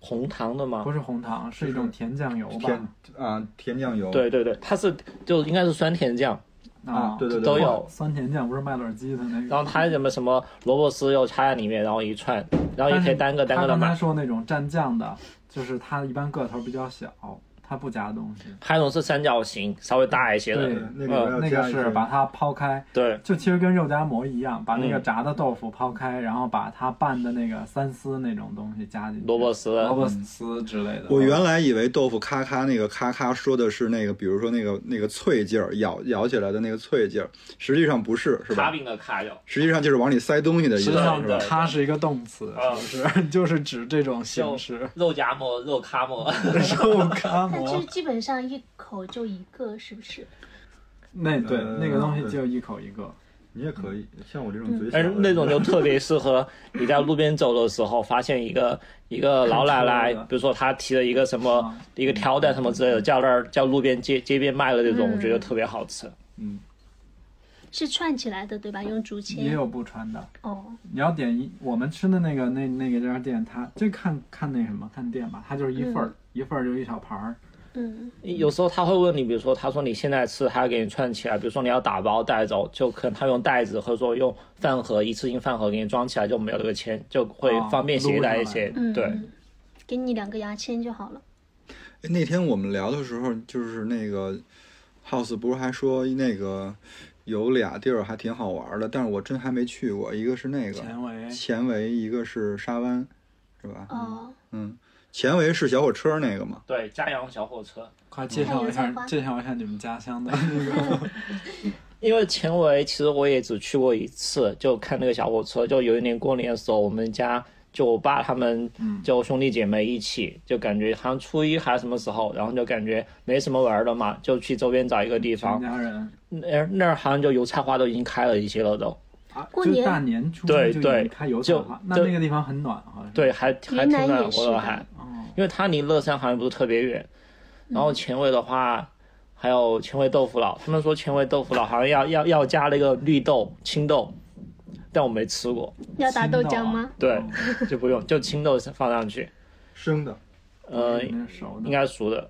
红糖的吗不？是红糖，是一种甜酱油吧？甜啊、甜酱油。对对对，它是就应该是酸甜酱，啊，对对对，都有酸甜酱不是麦乐鸡的那个，然后它什么什么萝卜丝又插在里面，然后一串，然后也可以单个单个的他刚才买。说那种蘸酱的，就是它一般个头比较小，它不加东西。还有一种是三角形，稍微大一些的对，呃那里边要那加个一是些把它抛开，对就其实跟肉夹馍一样，把那个嗯炸的豆腐抛开，然后把它拌的那个三丝那种东西加进去，萝卜丝萝卜丝之类的。我原来以为豆腐咔咔那个咔咔说的是那个，比如说那个那个脆劲儿，咬咬起来的那个脆劲儿，实际上不是，是卡吧？饼的卡有，实际上就是往里塞东西的意实思，际上是对吧？它是一个动词，啊是不是？ [LAUGHS] 就是指这种形式。肉夹馍、肉卡馍， [LAUGHS] 肉夹但馍就，基本上一口就一个，是不是？那对呃那个东西就一口一个，你也可以，像我这种嘴小但是的那种就特别适合你在路边走的时候，发现一个一个老奶奶，比如说她提了一个什么一个挑担什么之类的，叫那儿叫路边街街边卖的那种，我觉得特别好吃。是串起来的，对吧？用竹也签。有不穿的。哦，你要点一，我们吃的那个那那个家店，它就看看那什么看店吧，它就是一份儿、一份儿就一小盘儿，嗯，有时候他会问你，比如说他说你现在吃，他给你串起来，比如说你要打包带走，就可能他用袋子或者说用饭盒一次性饭盒给你装起来，就没有这个签，就会方便携带一些。嗯对，给你两个牙签就好了。哎那天我们聊的时候，就是那个 House 不是还说那个有俩地儿还挺好玩的，但是我真还没去过，一个是那个前围前围，一个是沙湾，是吧？哦，嗯，前围是小火车那个嘛，对，家阳小火车，快介绍一还下有菜花，介绍一下你们家乡的那个因为前围其实我也只去过一次，就看那个小火车，就有一年过年的时候，我们家就我爸他们嗯就兄弟姐妹一起，就感觉好像初一还是什么时候，然后就感觉没什么玩儿的嘛，就去周边找一个地全方，家人嗯那儿那儿好像就油菜花都已经开了一些了都。啊，过就是年大年初一对就已对经开油菜就花，那就那个地方很暖，好像是对，还还云挺南也暖和是的，的还哦，因为它离乐山好像不是特别远。然嗯后前卫的话，还有前卫豆腐脑，他们说前卫豆腐脑好像要要要加那个绿豆、青豆，但我没吃过，要打青豆岛浆啊吗？对，就不用，就青豆放上去，生的，呃，那是熟应的，该熟的，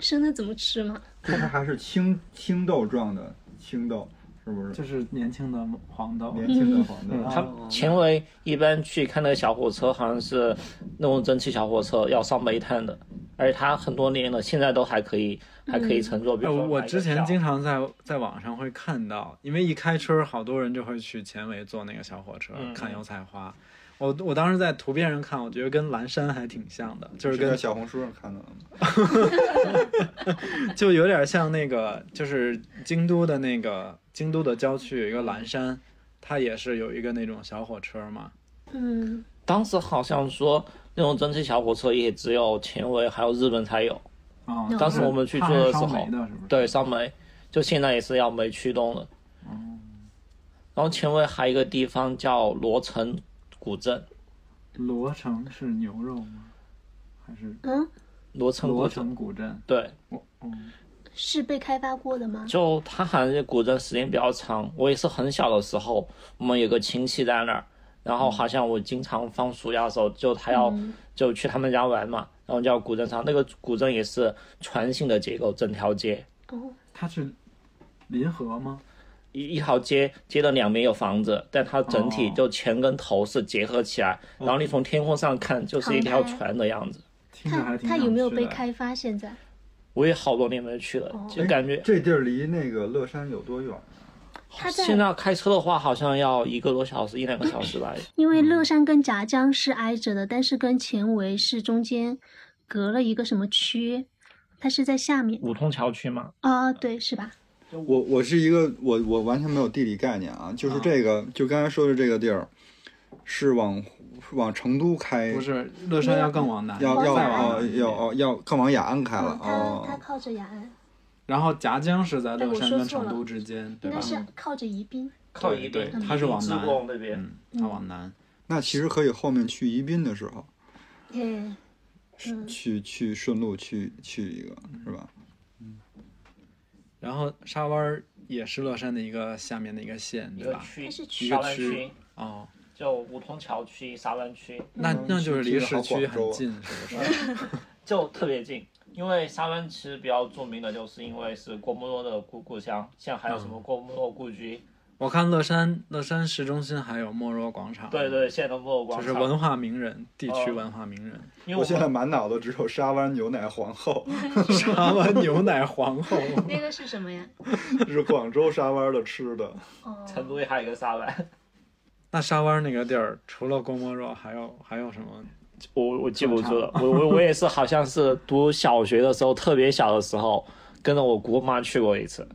生的怎么吃嘛？就是还是青青豆状的青豆，是不是？就是年轻的黄豆，年轻的黄豆。他们前围一般去看那个小火车，好像是那种蒸汽小火车，要上煤炭的，而且它很多年了，现在都还可以，还可以乘坐。比哎，如我说我买一之个前票经常在在网上会看到，因为一开春，好多人就会去前围坐那个小火车、嗯看油菜花。我我当时在图片上看，我觉得跟蓝山还挺像的，就是是在跟小红书上看到的吗？就有点像那个，就是京都的那个京都的郊区有一个蓝山，它也是有一个那种小火车嘛。嗯，当时好像说那种蒸汽小火车也只有前卫还有日本才有，啊、嗯哦当时我们去做的时候它还是烧煤的是不是？对，上煤，就现在也是要煤驱动的。哦然后前卫还有一个地方叫罗城古镇，罗城是牛肉吗？还是嗯罗城古罗镇，城古镇？对，是被开发过的吗？就它好像是古镇时间比较长。我也是很小的时候，我们有个亲戚在那儿，然后好像我经常放暑假的时候，就他要、就去他们家玩嘛，然后叫古镇上，那个古镇也是船形的结构，整条街。哦，它是临河吗？一一条街街的两边有房子，但它整体哦就前跟头是结合起来，然后你从天空上看就是一条航拍船的样子。听着还它挺它有没有想去被的？开发？现在我也好多年没去了，就感 [LAUGHS] 觉这地儿离那个乐山有多远？它在现在开车的话好像要一个多小时，一两个小时吧。因为乐山跟夹江是挨着的，但是跟前围是中间隔了一个什么区，它是在下面。五通桥区嘛，哦，对，是吧？我我是一个我我完全没有地理概念啊，就是这个、就刚才说的这个地儿，是往往成都开，不是乐山要更往南，要要再往哦南一要点哦要更往雅安开嗯了它它哦，靠着雅安，然后夹江是在哎乐我山说跟错成了都之间，应对吧该？是靠着宜宾。靠对宜宾对，它是往自南，贡那边。嗯，它往南。那其实可以后面去宜宾的时候，嘿，去去顺路去去一个是吧？然后沙湾儿也是乐山的一个下面的一个县，一对个吧？区，它是沙湾区区，哦，就五通桥区、沙湾区，嗯那那就是离市区听着好广州很啊 [LAUGHS] 近，是不是？就特别近。因为沙湾其实比较著名的就是因为是郭沫若的故故乡，现在还有什么嗯郭沫若故居？我看乐山乐山市中心还有莫若广场，对，对，现在的莫若广就场是文化名人，地区哦文化名人， [LAUGHS] 因为我我现在们满脑子只有沙湾牛奶皇后，沙湾牛奶皇后， [LAUGHS] 那个是什么呀？是广州沙湾的吃的。哦，成都还有一个沙湾，那沙湾那个地儿，除了郭沫若，还有还有什么？我我记不住了，我我我也是好像是读小学的时候，特别小的时候，跟着我姑妈去过一次。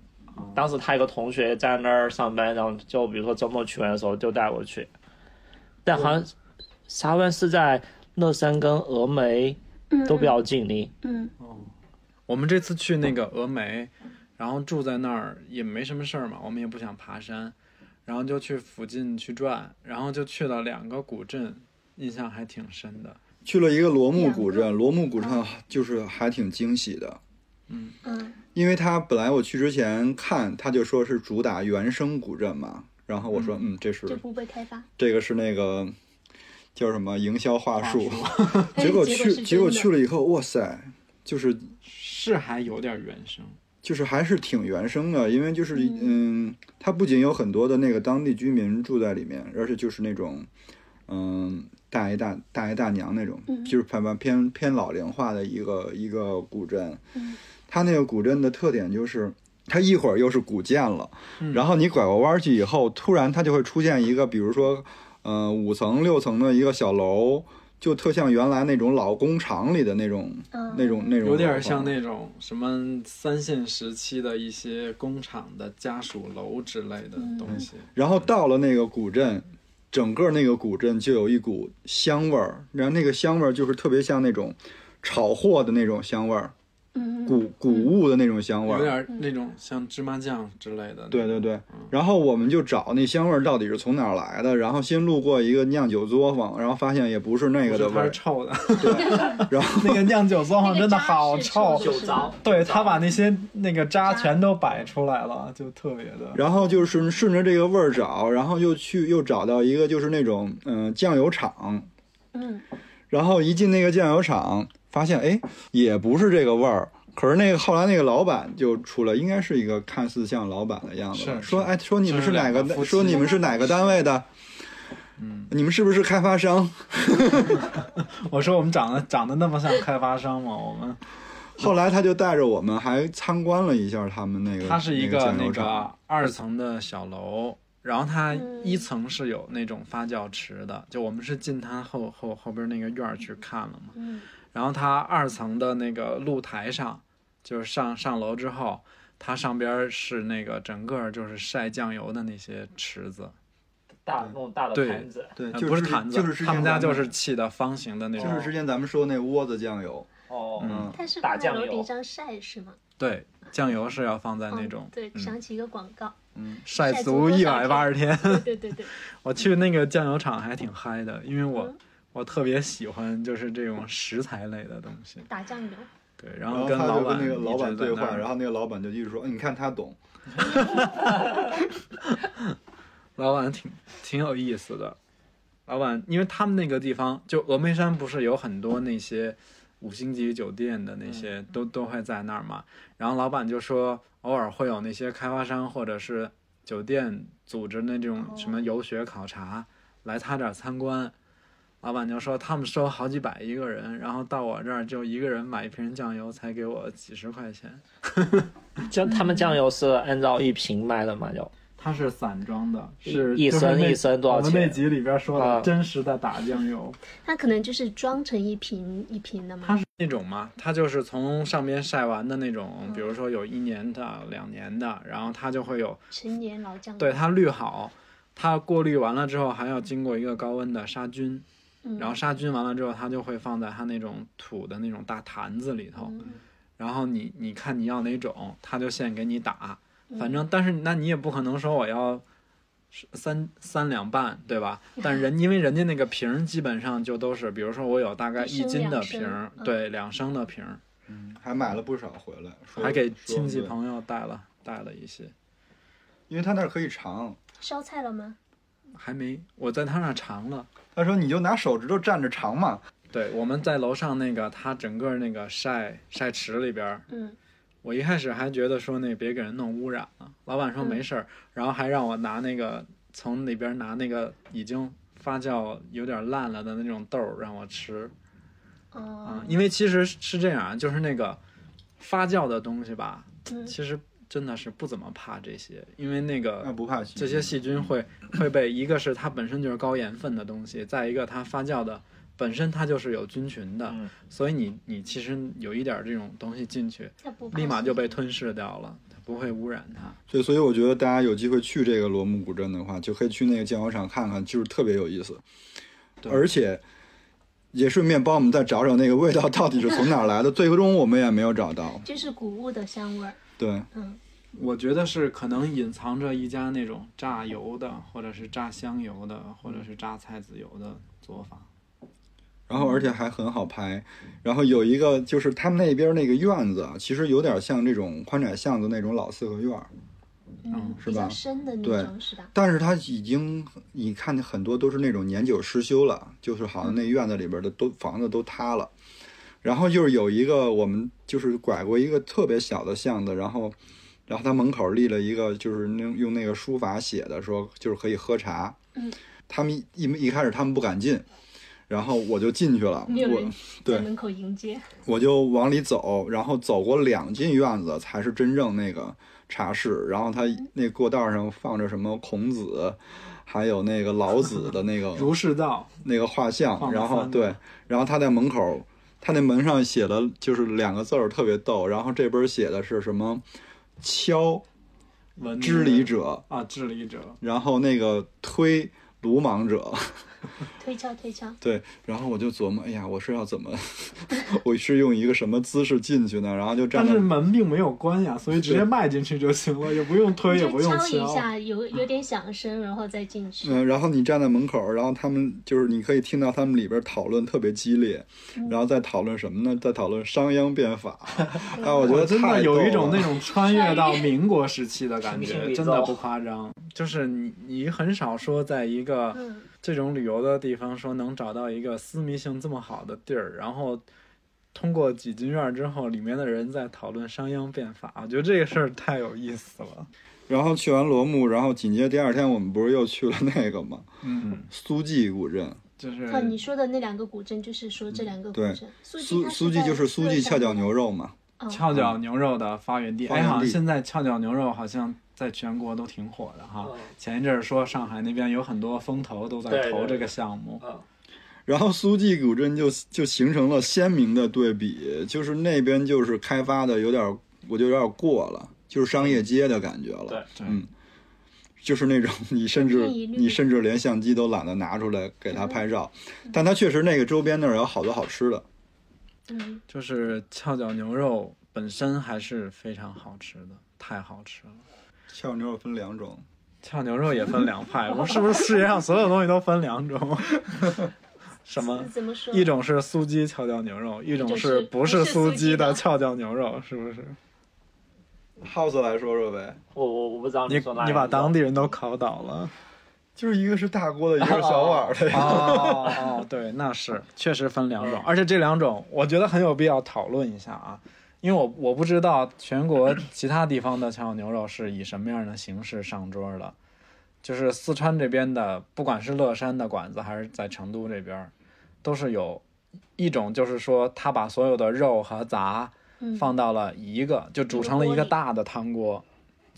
当时她一个同学在那儿上班，然后就比如说周末去玩的时候就带我去，但好像沙湾是在乐山跟峨眉都比较近离，嗯，我们这次去那个峨眉，然后住在那儿也没什么事儿嘛，我们也不想爬山，然后就去附近去转，然后就去了两个古镇，印象还挺深的。去了一个罗木古镇，罗木古镇就是还挺惊喜的。嗯，因为它本来我去之前看，它就说是主打原生古镇嘛，然后我说，嗯，这就是不被开发。这个是那个叫什么营销话术，哎 [LAUGHS] 结果结去是结果真的去了以后，哇塞，就是是还有点原声，就是还是挺原生的，因为就是嗯，它不仅有很多的那个当地居民住在里面，而且就是那种嗯大爷大大爷大娘那种，就是反正偏偏老龄化的一个一个古镇。它那个古镇的特点就是。它一会儿又是古建了，嗯然后你拐过弯儿去以后，突然它就会出现一个，比如说，呃，五层六层的一个小楼，就特像原来那种老工厂里的那种、嗯那种那种有楼点房像那种什么三线时期的一些工厂的家属楼之类的东西。然后到了那个古镇，整个那个古镇就有一股香味儿，然后那个香味儿就是特别像那种炒货的那种香味儿，嗯谷谷物的那种香味嗯有儿。点那种像芝麻酱之类的，对对对，然后我们就找那香味儿到底是从哪儿来的，然后先路过一个酿酒作坊，然后发现也不是那不个是的味它是儿，臭的， [LAUGHS] 那个酿酒作那坊个哦真渣的好是臭，的是的对他把那些那个渣全都摆出来了，就特别的。然后就是顺着这个味儿找，然后又去又找到一个就是那种嗯、呃酱油厂，嗯，然后一进那个酱油厂，发现哎也不是这个味儿。可是那个后来那个老板就出来，应该是一个看似像老板的样子吧，是说是哎说你们是哪个就是两个夫妻说你们是哪个单位的，嗯，你们是不是开发商？我说我们长得长得那么像开发商吗？我们后来他就带着我们还参观了一下他们那个，它是一个个酱那油厂个二层的小楼，然后它嗯一层是有那种发酵池的，就我们是进它后后后边那个院儿去看了嘛，嗯然后它二层的那个露台上，就是上上楼之后，它上边是那个整个就是晒酱油的那些池子，大那种大的对盘子，对，呃就是不是之坛子，就是之前他们家咱就是砌的方形的那就种，是之前咱们说那窝子酱油，哦，嗯，它是打放在酱楼油顶上晒是吗？对，酱油是要放在那种嗯、对，嗯想起一个广告， [LAUGHS] 晒晒足足一多少百八十天。对对对对，我去那个酱油厂还挺嗨的，因为我、嗯我特别喜欢就是这种食材类的东西，打酱油，对，然然后后他跟老就板跟那个老板对话，然后后那个老板就一直说，哎你看他懂，老板挺挺有意思的，老板因为他们那个地方就峨眉山不是有很多那些五星级酒店的那些都都会在那儿嘛，然后老板就说偶尔会有那些开发商或者是酒店组织那种什么游学考察来他这儿参观，老板就说他们收好几百一个人，然后到我这儿就一个人买一瓶酱油才给我几十块钱，酱他们酱油是按照一瓶卖的嘛，就它是散装的，是一就是升那一升多少我们那钱？集里边说啊的真实的打酱油，它可能就是装成一瓶一瓶的嘛。它是那种嘛，它就是从上边晒完的那种，比如说有一年的、两年的，然后它就会有，陈年老酱油，对它滤好，它过滤完了之后还要经过一个高温的杀菌，嗯，然后杀菌完了之后，它就会放在它那种土的那种大坛子里嗯头，然后你你看你要哪种，它就现给你打，嗯反正但是那你也不可能说我要是三三两半，对吧？[LAUGHS] 但人因为人家那个瓶儿基本上就都是，比如说我有大概一一升斤的两升瓶儿，嗯对，两升的瓶儿，还买了不少回来，说嗯还给说亲戚对朋友带了带了一些，因为他那儿可以尝，烧菜了吗？还没我在他那儿尝了。他说你就拿手指头蘸着尝嘛，对，我们在楼上那个它整个那个晒晒池里边儿，嗯，我一开始还觉得说那别给人弄污染了，老板说嗯没事儿，然后还让我拿那个从里边拿那个已经发酵有点烂了的那种豆儿让我吃啊、哦，因为其实是这样啊，就是那个发酵的东西吧，嗯其实真的是不怎么怕这些，因为那个那不嗯怕呃这些细菌会会被一个是它本身就是高盐分的东西，再一个它发酵的本身它就是有菌群的，嗯所以你你其实有一点这种东西进去，它不怕立马就被细菌吞噬掉了，它不会污染它。对，所以我觉得大家有机会去这个罗木古镇的话，就可以去那个建窑厂看看，就是特别有意思，对而且也顺便帮我们再找找那个味道到底是从哪儿来的。最终我们也没有找到。就是谷物的香味儿，对，嗯，我觉得是可能隐藏着一家那种榨油的，或者是榨香油的，或者是榨菜籽油的做法。然后而且还很好拍。然后有一个就是他们那边那个院子啊，其实有点像这种宽窄巷子那种老四合院儿，嗯是比较吧深的那对种是吧？但是它已经你看很多都是那种年久失修了，就是好像那院子里边的都房子都塌了。然后就是有一个我们就是拐过一个特别小的巷子，然后然后他门口立了一个就是那用那个书法写的说就是可以喝茶。嗯，他们一一一开始他们不敢进，然后我就进去了。没有人我在对门口迎接，我就往里走，然后走过两进院子才是真正那个茶室。然后他那过道上放着什么孔子，还有那个老子的 [LAUGHS] 那个儒释道，那个画像。放了然后三个对，然后他在门口，他那门上写了就是两个字儿特别逗，然后这边写的是什么“敲文知礼者啊，治理者”，，然后那个“推鲁莽者”。 [LAUGHS] 推敲推敲，对，然后我就琢磨，哎呀，我是要怎么， [LAUGHS] 我是用一个什么姿势进去呢？然后就站但在是门并没有关呀，所以直接对迈进去就行了，也不用推，你也就不用敲敲一。下，有有点响声，然后再进去。嗯，然后你站在门口，然后他们就是你可以听到他们里边讨论特别激烈，嗯然后在讨论什么呢？在讨论商鞅 [LAUGHS] 变法。啊，我觉我得真太的有逗一种了那种穿越到民国时期的感群星觉，比真的照不夸张。就是你你很少说在一个嗯这种旅游的地方说能找到一个私密性这么好的地儿，然后通过几进院之后，里面的人在讨论商鞅变法，我觉得这个事儿太有意思了。然后去完罗木，然后紧接着第二天我们不是又去了那个嘛，嗯，苏记古镇。就是哦，你说的那两个古镇就是说这两个古对镇，嗯苏苏它苏记在就是苏记乐翘脚山吗牛肉嘛，翘脚牛肉的发源地。发哎，源地好像现在翘脚牛肉好像在全国都挺火的嗯哈。前一阵儿说上海那边有很多风投都在哦对投对这个项目，嗯然后苏记古镇就就形成了鲜明的对比，就是那边就是开发的有点儿，我就有点儿过了，就是商业街的感觉了。对对嗯，就是那种 [LAUGHS] 你甚至一片一绿嗯你甚至连相机都懒得拿出来给他拍照，但他确实那个周边那儿有好多好吃的。嗯，就是翘脚牛肉本身还是非常好吃的，太好吃了。翘牛肉分两种，翘牛肉也分两派，我是不是世界上所有东西都分两种？ [LAUGHS] 什么嗯？怎么说？一种是苏鸡翘脚牛肉，一种就是是不不是苏苏鸡鸡的的翘脚牛肉，是不是？ ，house 来说说呗，我我我不知道你说哪你把当地地人都考倒了。就是一个是大锅的，一个是小碗 [LAUGHS] 的。哦哦，对，那是确实分两种，而且这两种我觉得很有必要讨论一下啊，因为我我不知道全国其他地方的荞脚牛肉是以什么样的形式上桌的，就是四川这边的，不管是乐山的馆子还是在成都这边，都是有一种就是说他把所有的肉和杂嗯放到了一个，就煮成了一个大的汤锅。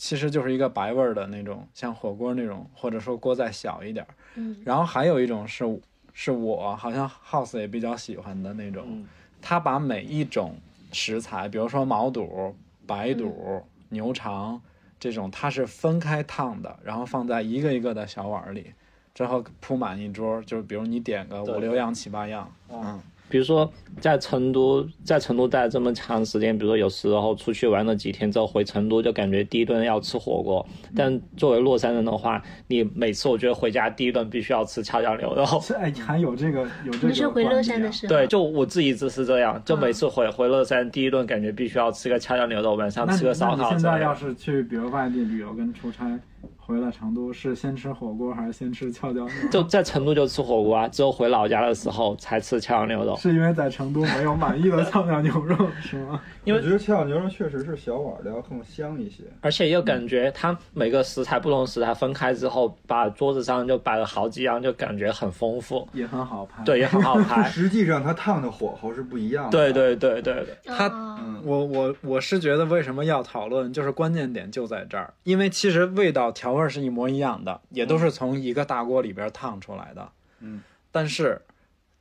其实就是一个白味儿的那种，像火锅那种，或者说锅再小一点儿，嗯然后还有一种是是我好像 House 也比较喜欢的那种，嗯他把每一种食材，比如说毛肚、嗯白肚、牛肠这种，它是分开烫的，然后放在一个一个的小碗儿里，之后铺满一桌，就是比如你点个对五六样、七八样，嗯，比如说在成都，在成都待这么长时间，比如说有时候出去玩了几天之后回成都，就感觉第一顿要吃火锅。但作为洛杉矶人的话，你每次我觉得回家第一顿必须要吃跷脚牛肉。这哎还有这个啊有这你是回乐山的时候，对，就我自己只是这样，就每次回回乐山第一顿感觉必须要吃个跷脚牛肉，晚上吃个烧烤之类的。是去比如外地旅游跟出差，回了成都是先吃火锅还是先吃 [LAUGHS] 跷脚牛肉？就在成都就吃火锅啊，只有回老家的时候才吃跷脚牛肉。是因为在成都没有满意的跷脚牛肉是吗？因为我觉得跷脚牛肉确实是小碗的要更香一些。而且又感觉它每个食材不同食材分开之后，把桌子上就摆了好几样，就感觉很丰富，也很好拍。对，也很好 [LAUGHS] 拍。实际上它烫的火候是不一样的。哎对，对对对对，他哦嗯，我我我是觉得为什么要讨论，就是关键点就在这儿，因为其实味道调味儿是一模一样的，也都是从一个大锅里边烫出来的。嗯，但是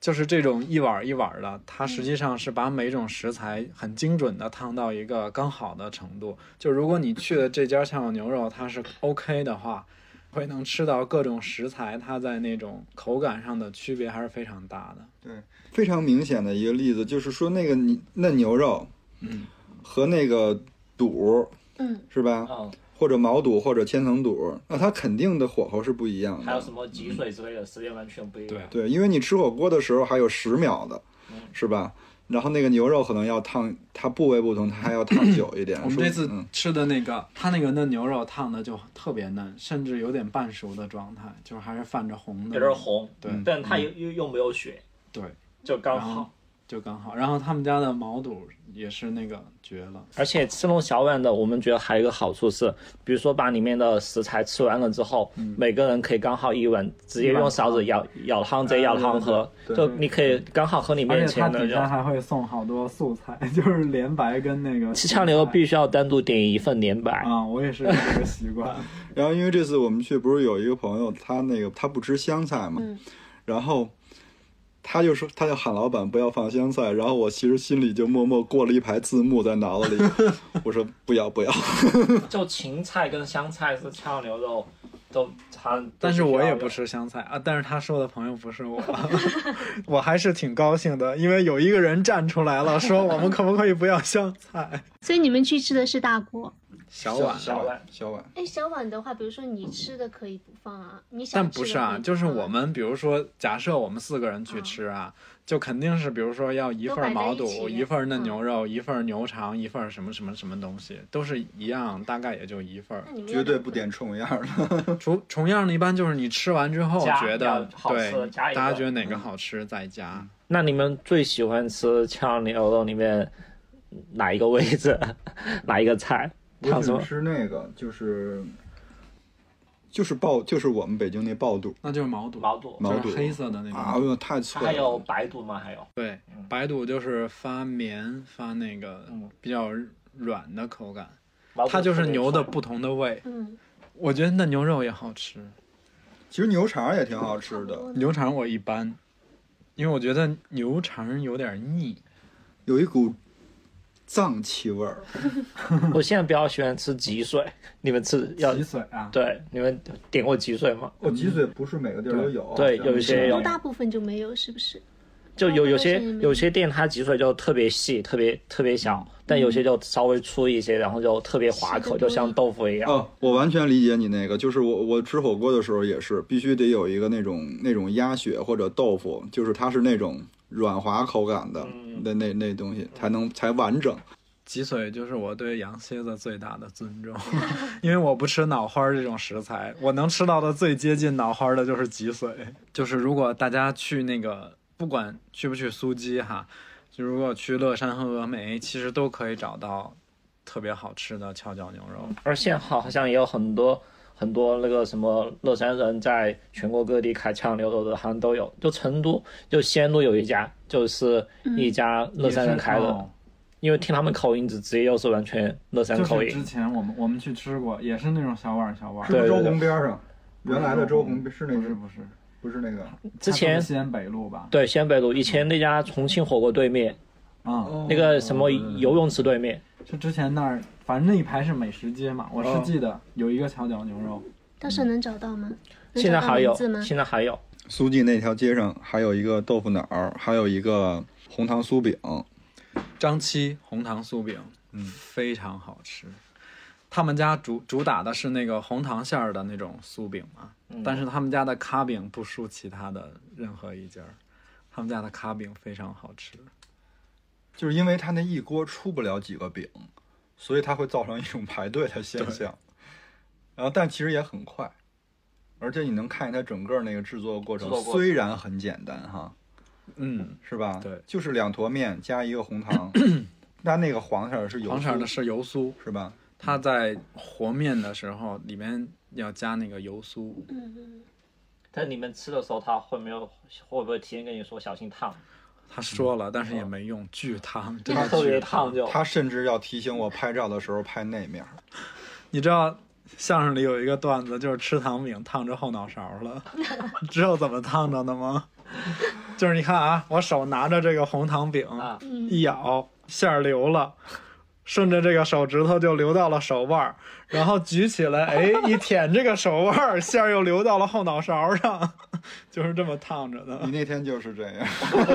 就是这种一碗儿一碗儿的，它实际上是把每种食材很精准的烫到一个刚好的程度。就如果你去的这家跷脚牛肉它是 OK 的话，会能吃到各种食材，它在那种口感上的区别还是非常大的。非常明显的一个例子就是说那个你嫩牛肉，嗯，和那个肚嗯，是吧？嗯，或者毛肚或者千层肚，那它肯定的火候是不一样的。还有什么脊髓之类的，时间完全不一样。对，因为你吃火锅的时候还有十秒的，嗯是吧？然后那个牛肉可能要烫，它部位不同，它还要 [CLEARS THROAT] 烫久一点。我们这次嗯吃的那个，它那个嫩牛肉烫的就特别嫩，甚至有点半熟的状态，就是还是泛着红的，有点，红，对嗯但它又又又没有血，对，就刚然后好。就刚好。然后他们家的毛肚也是那个绝了，而且吃那种小碗的，我们觉得还有一个好处是，比如说把里面的食材吃完了之后，嗯每个人可以刚好一碗，直接用勺子舀舀汤，直接舀汤喝，对就你可以刚好和你而面且它前的底下人。还会送好多素菜， [LAUGHS] 就是莲白跟那个吃素炝牛肉菜必须要单独点一份莲白，啊、我也是有这个习 [LAUGHS] 惯。然后因为这次我们去，不是有一个朋友，他那个他不吃香菜嘛，嗯然后他就说他就喊老板不要放香菜，然后我其实心里就默默过了一排字幕在脑子里，我说不要不要，嗯就芹菜跟香菜是炝牛肉，都它。但是我也不。吃香菜啊，但是他说的朋友不是我， [LAUGHS] 我还是挺高兴的，因为有一个人站出来了，说我们可不可以不要香菜？所以你们去吃的是大锅。小碗小小碗小碗，哎，小碗的话，比如说你吃的可以不放啊，你想但不吃是的啊可以，就是放我们比如说，假设我们四个人去吃啊，就肯定是比如说要一都份儿摆在毛一肚，起一份儿嫩嗯牛肉，一份儿牛肠，一份儿什么什么什么东西，都是一样，大概也就一份儿那。你们要嗯绝对两不份点重样的。重重样的，一般就是你吃完之后加觉要得好吃对，加大一家个觉得哪个好吃再加。那你们最喜欢吃炝牛肉里面哪一个位置， [LAUGHS] 哪一个菜？我烫什只么？吃那个就是就是爆，就是我们北京那爆肚那就是毛肚，毛肚毛就肚是黑色的那啊，种。哎呦太脆了。还有白肚吗？还有对，白肚就是发绵，发那个嗯比较软的口感，毛肚它就是牛的特别不同的味。嗯，我觉得嫩牛肉也好吃。其实牛肠也挺好吃的，牛肠我一般，因为我觉得牛肠有点腻。有一股脏气味儿。脆。我现在比较喜欢吃脊髓， [LAUGHS] 你们吃要髓啊？对你们点过脊髓吗？哦，脊髓不是每个地儿都有，对有一些成有都大部分就没有，是不是？就有有些那我们有些店它脊髓就特别细，特别特别小，嗯但有些就稍微粗一些，然后就特别滑吃口，得就多像豆腐一样。哦，我完全理解你那个，就是我我吃火锅的时候也是，必须得有一个那种那种鸭血或者豆腐，就是它是那种软滑口感的，嗯那那那东西才能才完整。脊髓就是我对羊蝎子最大的尊重，因为我不吃脑花儿这种食材，我能吃到的最接近脑花儿的就是脊髓。就是如果大家去那个，不管去不去苏鸡哈，就如果去乐山和峨眉，其实都可以找到特别好吃的跷脚牛肉。而现在好像也有很多很多那个什么乐山人在全国各地开炝牛肉的，好像都有。就成都就西安路有一家，就是嗯一家乐山人开的，哦因为听他们口音，直直接又是完全乐山口音。前我们我们去吃过，也是那种小碗儿小碗儿是不是对对周对红边上？嗯原来的周红是那不是个不是，不是那个之前西安北路吧？对西安北路以前那家重庆火锅对面，啊、哦那个什么游泳池对面，就之前那儿，反正那一排是美食街嘛，我是记得有一个跷脚牛肉，到时候能找到吗？能现在找到还有名字，吗？现在还有。苏记那条街上还有一个豆腐脑儿，还有一个红糖酥饼。张七红糖酥饼，嗯，非常好吃。他们家主主打的是那个红糖馅儿的那种酥饼嘛，但是他们家的咖饼不输其他的任何一家儿，他们家的咖饼非常好吃。就是因为它那一锅出不了几个饼，所以它会造成一种排队的现象。然后但其实也很快，而且你能看见它整个那个制作过程制作，过程虽然很简单哈，嗯，是吧？对就是两坨面加一个红 [CLEARS THROAT] 糖，它那个黄色儿是油黄色酥的是油酥，是吧？它在和面的时候里面要加那个油酥，嗯，但你们吃的时候，他会没有会不会提前跟你说小心烫？他说了，但是也没用，巨烫，真它的特别巨烫就。他甚至要提醒我拍照的时候拍那 [LAUGHS] 面儿，你知道相声里有一个段子，就是吃糖饼烫着后脑勺了，你知道怎么烫着的吗？就是你看啊，我手拿着这个红糖饼，啊一咬馅儿流了。顺着这个手指头就流到了手腕儿，然后举起来，哎，一舔这个手腕儿，馅儿又流到了后脑勺上， [LAUGHS] 就是这么烫着的 [LAUGHS] 你。那天就是这样，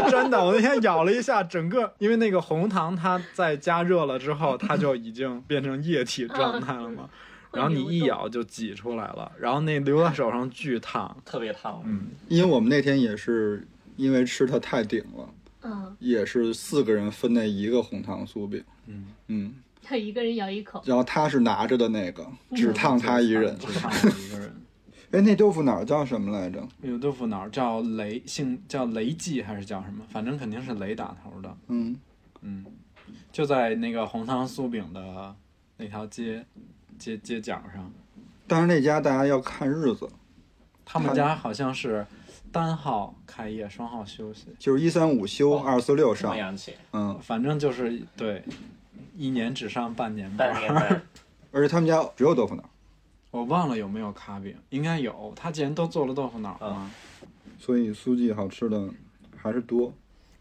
真的，我那天咬了一下，整个因为那个红糖它在加热了之后，它就已经变成液体状态了嘛。然后你一咬就挤出来了，然后那留在手上巨烫。特别烫，因为我们那天也是因为吃它太顶了，嗯，也是四个人分那一个红糖酥饼，嗯嗯。要一个人咬一口，嗯然后他是拿着的那个，只烫他一人。只烫我一个人。 [LAUGHS] 哎，那豆腐脑儿叫什么来着？有豆腐脑叫雷，姓叫雷记还是叫什么？反正肯定是雷打头的。嗯，嗯，就在那个红糖酥饼的那条街街街角上，但是那家大家要看日子，他们家好像是单号开业，双号休息。就是一三五休，哦二四六这么上。洋气，嗯，反正就是对，一年只上半年半班。年呗。而且他们家只有豆腐脑儿，我忘了有没有卡饼，应该有。他既然都做了豆腐哦脑嘛，所以苏记好吃的还是多。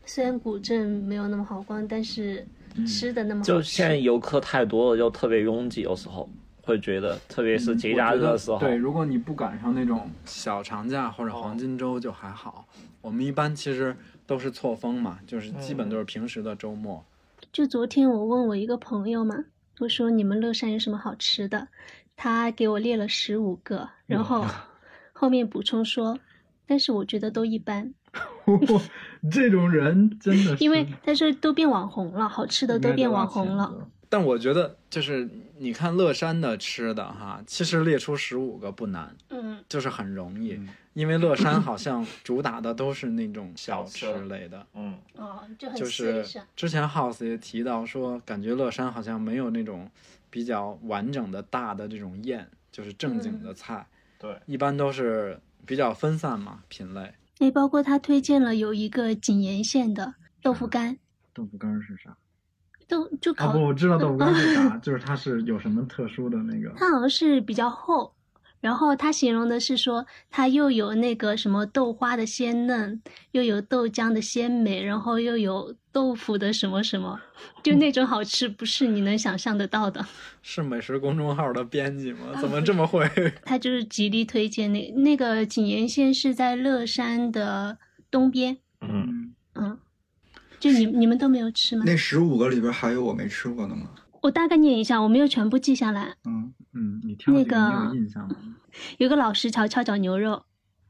虽然古镇没有那么好逛，但是嗯吃的那么好吃，就现在游客太多了，就特别拥挤，有时候会觉得，特别是节假日的时候嗯我觉，得对，如果你不赶上那种小长假或哦者黄金周就还好。我们一般其实都是错峰嘛，就是基嗯本都是平时的周末。就昨天我问我一个朋友嘛，我说你们乐山有什么好吃的，他给我列了十五个，然后后面补充说，但是我觉得都一般， [LAUGHS] 这种人真的是因为他说都变网红了，好吃的都变网红了。。但我觉得就是你看乐山的吃的哈，其实列出十五个不难，嗯，就是很容易，嗯因为乐山好像主打的都是那种小吃小吃类的。嗯，哦，就很就是是之前 House 也提到说，感觉乐山好像没有那种比较完整的大的这种宴，就是正经嗯的菜，对，一般都是比较分散嘛，品类。哎，包括他推荐了有一个井沿县的豆腐干，豆腐干儿是啥？豆就啊烤，哦不，我知道豆腐干儿是 [LAUGHS] 啥，就是它是有什么特殊的那个。它好像是比较厚。然后他形容的是说，它又有那个什么豆花的鲜嫩，又有豆浆的鲜美，然后又有豆腐的什么什么，就那种好吃不是你能想象得到的。是美食公众号的编辑吗？怎么这么会？他啊就是极力推荐那那个景延县是在乐山的东边，嗯，嗯，嗯，就你你们都没有吃吗？那十五个里边还有我没吃过的吗？我大概念一下，我没有全部记下来。嗯，嗯，你挑那几你有个印象吗？有个老石桥跷脚牛肉、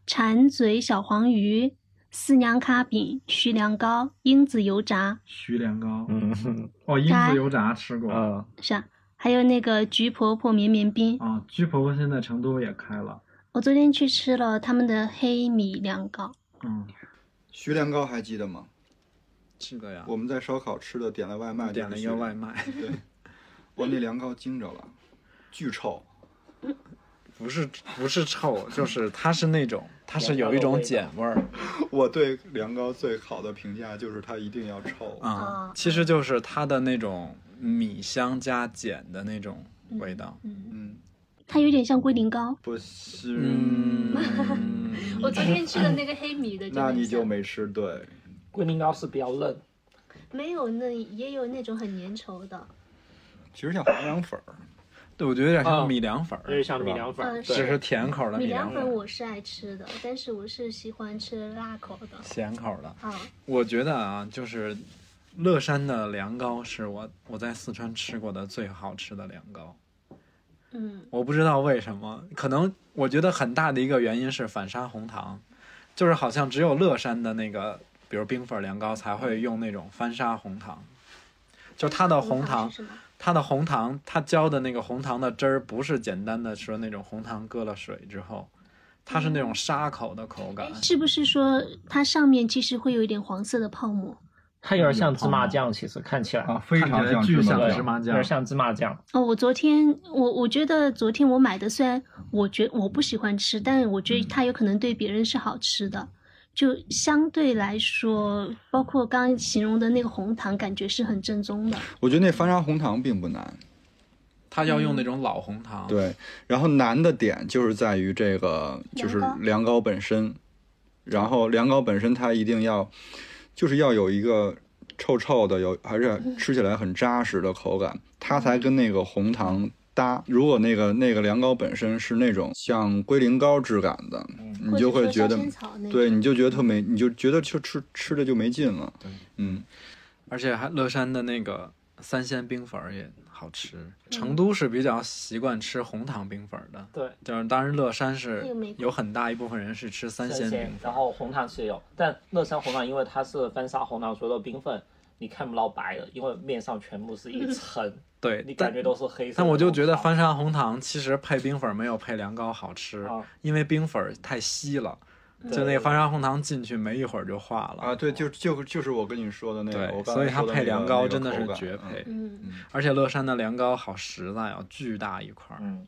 馋嘴小黄鱼、四娘卡饼、徐良糕、英子油炸，徐良糕，嗯 [LAUGHS] 哦，英炸子油炸吃过啊。嗯，是啊，还有那个菊婆婆绵绵冰。啊居婆婆现在成都也开了。我昨天去吃了他们的黑米凉糕，嗯，徐良糕还记得吗？记得呀，我们在烧烤吃的，点了外卖，点了一个外。卖，对，我那凉糕惊着了，巨臭。 [LAUGHS] 不是不是臭， [LAUGHS] 就是它是那种，它是有一种碱味儿我对凉糕最好的评价就是它一定要臭。啊、啊其实就是它的那种米香加碱的那种味道。嗯，嗯，它有点像龟苓膏。不是。嗯，我昨天吃的那个黑米的那你就没吃对，龟苓膏是比较嫩，没有嫩，也有那种很粘稠的。其实像黄凉粉儿，对，我觉得有点啊像米凉粉儿，有点像是吧米凉粉儿，嗯只对是甜口的米米凉凉粉粉，我是爱吃的，但是我是喜欢吃辣口的。咸口的。啊，我觉得啊，就是乐山的凉糕是我我在四川吃过的最好吃的凉糕。嗯，我不知道为什么，可能我觉得很大的一个原因是反杀红糖，就是好像只有乐山的那个，比如冰粉凉糕才会用那种翻砂红糖，就它的红糖是什么？它的红糖，它浇的那个红糖的汁儿，不是简单的说那种红糖搁了水之后，它是那种沙口的口感。哎是不是说它上面其实会有一点黄色的泡沫？它有点像芝麻酱，其实 [LAUGHS] 看起来啊，非看常起来像巨芝麻哦像酱芝麻有酱点，像芝麻酱。哦，我昨天我我觉得昨天我买的，虽然我觉我不喜欢吃，但我嗯觉得它有可能对别人是好吃的。就相对来说，包括刚刚形容的那个红糖，感觉是很正宗的。我觉得那翻砂红糖并不难，它要用那种老红糖。对。然后难的点就是在于这个，就是凉糕凉糕本身，然后凉糕本身它一定要，就是要有一个臭臭的，有还是嗯吃起来很扎实的口感，它才跟那个红糖搭。如果那个那个凉糕本身是那种像龟苓膏质感的，嗯你就会觉得，对，你就觉得嗯特没，你就觉得就吃吃的就没劲了。嗯，而且还乐山的那个三鲜冰粉儿也好吃。成都是比较习惯吃红糖冰粉儿的，对，就是当然乐山是还有玫瑰有很大一部分人是吃三鲜冰粉然儿。后红糖是有，但乐山红糖因为它是翻砂红糖，所有的冰粉你看不到白的，因为面上全部是一层，你 [LAUGHS] 对，感但觉都是黑色的。但我就觉得翻砂红糖其实配冰粉儿没有配凉糕好吃，啊，因为冰粉儿太稀了，就那个翻砂红糖进去没一会儿就化了。啊，对，就就就是我跟你说的那个，我对，刚才所以它说的配那个凉那糕个真的口是感绝嗯配，嗯，而且乐山的凉糕好实在啊，巨大一块儿，嗯，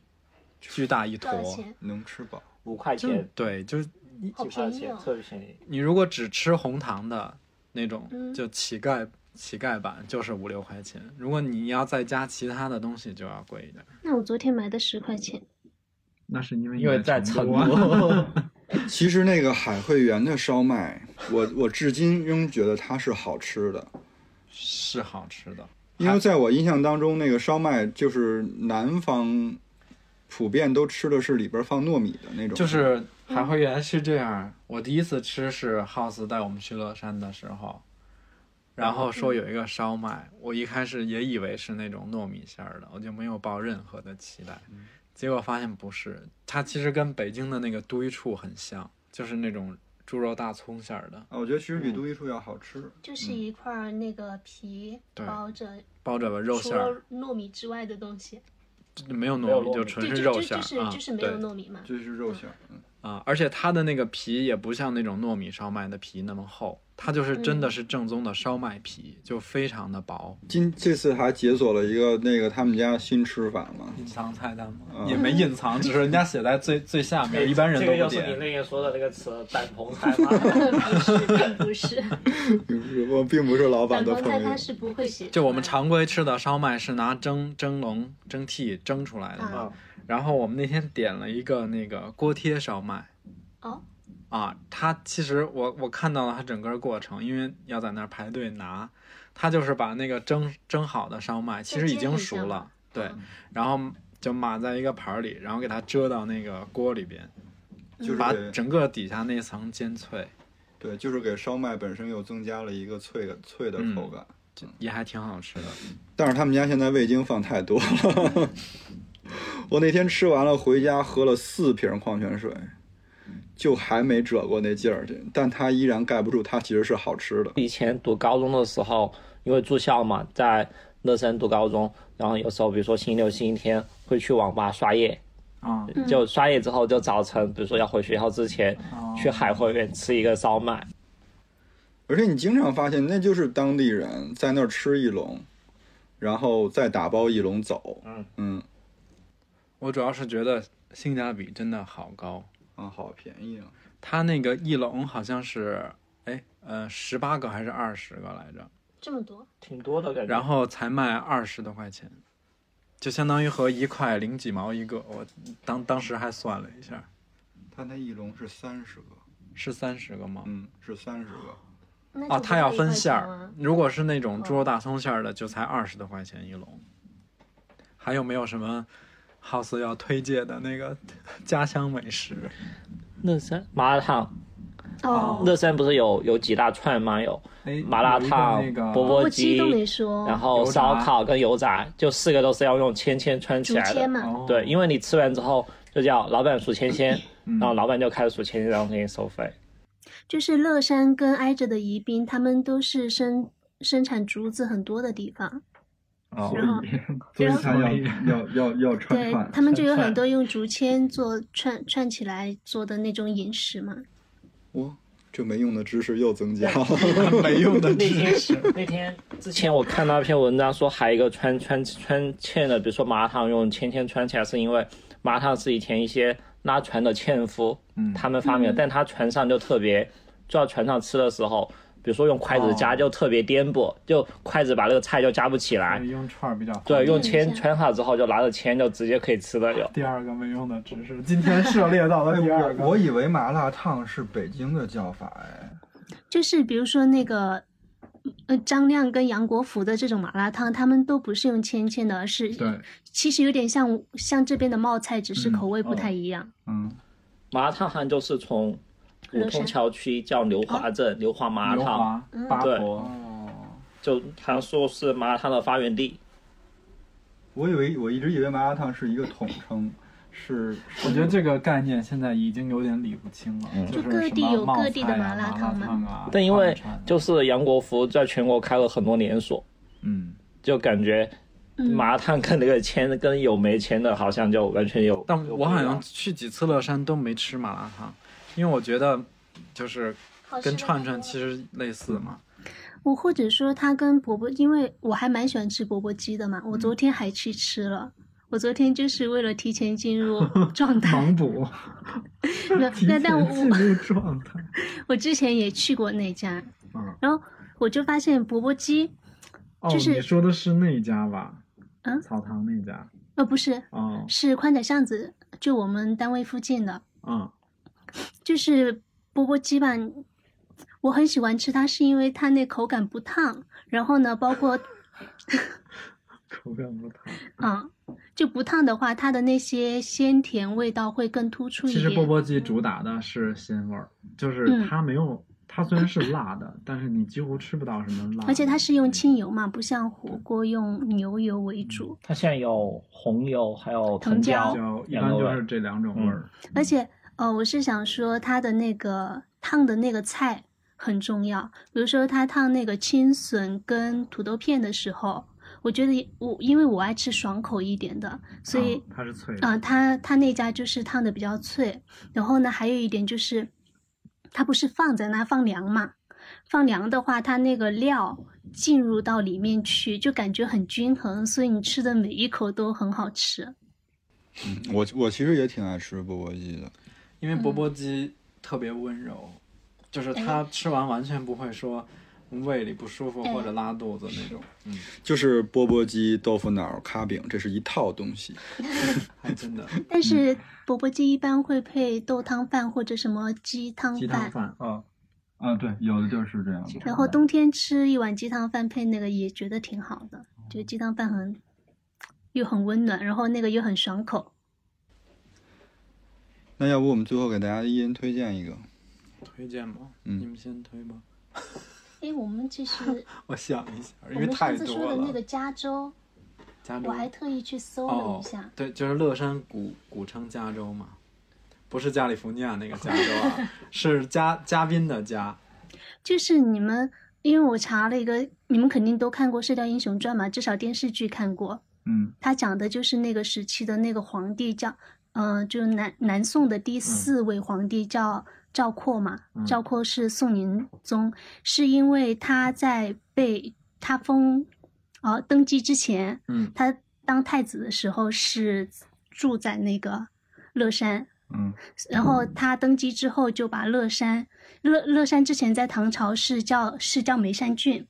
巨大一多少坨，钱？能吃饱。五块就钱，对，就是好几块便宜钱，啊哦！特别便宜。你如果只吃红糖的那种，嗯就乞丐乞丐版就是五六块钱，如果你要再加其他的东西就要贵一点。那我昨天买的十块钱，那是因为因为在成啊 [LAUGHS] 都，其实那个海汇园的烧麦，我我至今仍觉得它是好吃的，是好吃的，因为在我印象当中，那个烧麦就是南方普遍都吃的是里边放糯米的那种，就是海汇园是这样。我第一次吃是 House 带我们去乐山的时候，然后说嗯有一个烧麦，我一开始也以为是那种糯米馅儿的，我就没有抱任何的期待，嗯结果发现不是，它其实跟北京的那个都一处很像，就是那种猪肉大葱馅儿的。啊，我觉得其实比都一处要好吃。就是一块儿那个皮嗯对包着包着吧肉除馅儿，了糯米之外的东西，没有没糯有米，糯就米纯就就肉就馅就儿是啊。就是没有对糯米嘛。这是肉馅儿，嗯，啊，而且它的那个皮也不像那种糯米烧麦的皮那么厚，它就是真的是正宗的烧麦皮，就非常的薄。今这次还解锁了一个那个他们家新吃法嘛，隐藏菜单吗？嗯也没隐藏，只是人家写在最最下面，一般人 [LAUGHS] 这都个就不是你点。那天说的那个词 [LAUGHS] “蛋蓬菜” [LAUGHS] 吗？ [LAUGHS] 不是，并不是，并不是我并不是老板反的光朋菜友它，是不会写出来的。就我们常规吃的烧麦是拿蒸蒸笼、蒸屉蒸出来的嘛，啊然后我们那天点了一个那个锅贴烧麦。哦。啊，它其实我我看到了它整个过程，因为要在那儿排队拿，它就是把那个蒸蒸好的烧麦，其实已经熟煎一下了嘛，对嗯，然后就码在一个盘儿里，然后给它遮到那个锅里边，就是把给整个底下那层煎脆，对，就是给烧麦本身又增加了一个脆的脆的口感。也还挺好吃的。但是他们家现在味精放太多了。 [LAUGHS] 我那天吃完了回家喝了四瓶矿泉水，就还没折过那劲儿去，但它依然盖不住它其实是好吃的。以前读高中的时候，因为住校嘛，在乐山读高中，然后有时候比如说星期六、星期天会去网吧刷夜，呃啊、就刷夜之后就早晨，比如说要回学校之前，啊去海汇园吃一个烧麦，而且你经常发现，那就是当地人在那儿吃一笼，然后再打包一笼走。嗯嗯我主要是觉得性价比真的好高，啊，好便宜啊！它那个一笼好像是，哎，呃，十八个还是二十个来着，这么多，挺多的感觉。然后才卖二十多块钱，就相当于合一块零几毛一个。我当当时还算了一下，他那一笼是三十个，是三十个吗？嗯，是三十个。那啊，就它不要到一分块钱馅儿啊，如果是那种猪肉大葱馅儿的，就才二十多块钱一笼。还有没有什么 house 要推介的那个家乡美食？乐山麻辣烫，啊哦，乐山不是有有几大串吗？有哎，麻辣烫有一个那钵个钵我激鸡，动没说，然后油炸烧烤跟油炸，就四个都是要用签签穿起竹来签的。嘛，哦对，因为你吃完之后就叫老板数签签，然后老板就开始数签签，然后给你收费。就是乐山跟挨着的宜宾，他们都是生生产竹子很多的地方。哦啊，然后所以然后它要要要要串对串，他们就有很多用竹签做串串起来做的那种饮食嘛。哇，这没用的知识又增加了。 [LAUGHS] 没用的那天那天之前我看到一篇文章说，还有一个穿穿穿嵌的，比如说麻糖用铅签穿起来，是因为麻糖是以前一些拉船的纤夫，嗯他们发明的，但他船上就特别，就要船上吃的时候，比如说用筷子夹就特别颠簸，就筷子把那个菜就夹不起来，哎用串儿比较好嗯哦对，对用签是穿好之后就拿着签就直接可以吃了就。第二个没用的知识，今天涉猎到了哎，第二 [LAUGHS] 我个。我以为麻辣烫是北京的叫法，哎，就是比如说那个，呃，张亮跟杨国福的这种麻辣烫，他们都不是用芊芊的，而是对，其实有点像像这边的冒菜，只是嗯口哦味不太一样。嗯，麻辣烫好像就是从乐五山通桥区叫牛华镇牛华麻辣刘烫，哦华、八对婆，哦，就好像说是麻辣烫的发源地。我以为我一直以为麻辣烫是一个统称，是我觉得这个概念现在已经有点理不清了，嗯就是就各地什么有冒各地的菜呀麻麻辣辣烫嘛啊，但因为串串啊就是杨国福在全国开了很多连锁，嗯，就感觉嗯麻辣烫跟那个签跟有没签的，好像就完全有。但有我不一好样像去几次乐山都没吃麻辣烫，因为我觉得就是跟串串其实类似嘛。我或者说它跟钵钵，因为我还蛮喜欢吃钵钵鸡的嘛，嗯我昨天还去吃了。我昨天就是为了提前进入 [LAUGHS] 状态，补，没有 [LAUGHS] 那但 [LAUGHS] 我我入状态。我之前也去过那家，嗯然后我就发现钵钵鸡，哦，就是你说的是那家吧？嗯草堂那家。呃，不是，哦，是宽窄巷子，就我们单位附近的，嗯，就是钵钵鸡吧，我很喜欢吃它，是因为它那口感不烫，然后呢，包括口感不烫。嗯，就不烫的话，它的那些鲜甜味道会更突出一其点。实钵钵鸡主打的是鲜味儿，就是嗯它没有，它虽然是辣的，但是你几乎吃不到什么辣的。而且它是用清油嘛，不像火锅用牛油为主。它现在有红油，还有藤椒椒，一般就是嗯这两种嗯味儿。而且，呃，我是想说它的那个烫的那个菜很重要。比如说，它烫那个青笋跟土豆片的时候，我觉得我因为我爱吃爽口一点的，所以嗯它是脆的。啊，它它那家就是烫的比较脆，然后呢，还有一点就是，它不是放在那放凉嘛？放凉的话，它那个料进入到里面去，就感觉很均衡，所以你吃的每一口都很好吃。嗯我我其实也挺爱吃钵钵鸡的，因为钵钵鸡特别温柔，就是哎它吃完完全不会说胃里不舒服哎或者拉肚子那种，就是钵钵鸡、豆腐脑、咖饼，这是一套东西。还真的 [LAUGHS] 但是钵钵鸡一般会配豆汤饭或者什么鸡汤鸡汤饭，饭。嗯啊啊，对，有的就是这样的。然后冬天吃一碗鸡汤饭配那个也觉得挺好哦的，觉得鸡汤饭很又很温暖，然后那个又很爽口。那要不我们最后给大家一人推荐一个？推荐吗？嗯你们先推吧。哎，我们其实我想一下，我因为们太上次说多的那个了。加州。加州我还特意去搜了哦一下，，对，就是乐山古古称加州嘛，不是加利福尼亚那个加州 [LAUGHS] 啊，是嘉嘉宾的嘉。就是你们，因为我查了一个，你们肯定都看过《射雕英雄传》嘛，至少电视剧看过。嗯，它讲的就是那个时期的那个皇帝叫，嗯、就是南南宋的第四位皇帝叫赵括嘛。嗯赵括是宋宁宗，是因为他在被他封，呃，登基之前，嗯，他当太子的时候是住在那个乐山，嗯，然后他登基之后就把乐山，乐乐山之前在唐朝是叫是叫梅山郡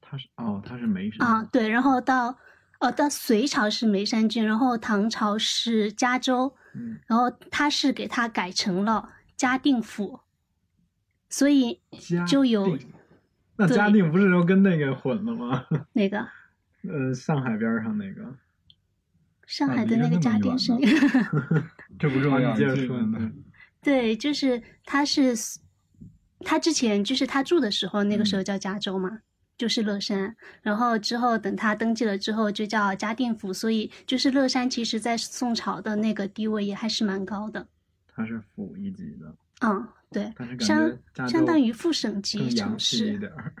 他是哦，他是梅山啊，对，然后到呃到隋朝是梅山郡，然后唐朝是嘉州，嗯，然后他是给他改成了嘉定府，所以嘉就有定那对嘉定不是都跟那个混了吗？ [LAUGHS] 那个呃，上海边儿上那个。上啊海的离那得个那么嘉定远是呢那个。 [LAUGHS] 这不重啊要，你接着这说个呢对，就是他是他之前就是他住的时候，那个嗯时候叫加州嘛，就是乐山。然后之后等他登记了之后，就叫嘉定府。所以就是乐山，其实在宋朝的那个地位也还是蛮高的。它是府一级的，嗯，对，但是感相觉加州相当于副省级更城洋气一市。点儿。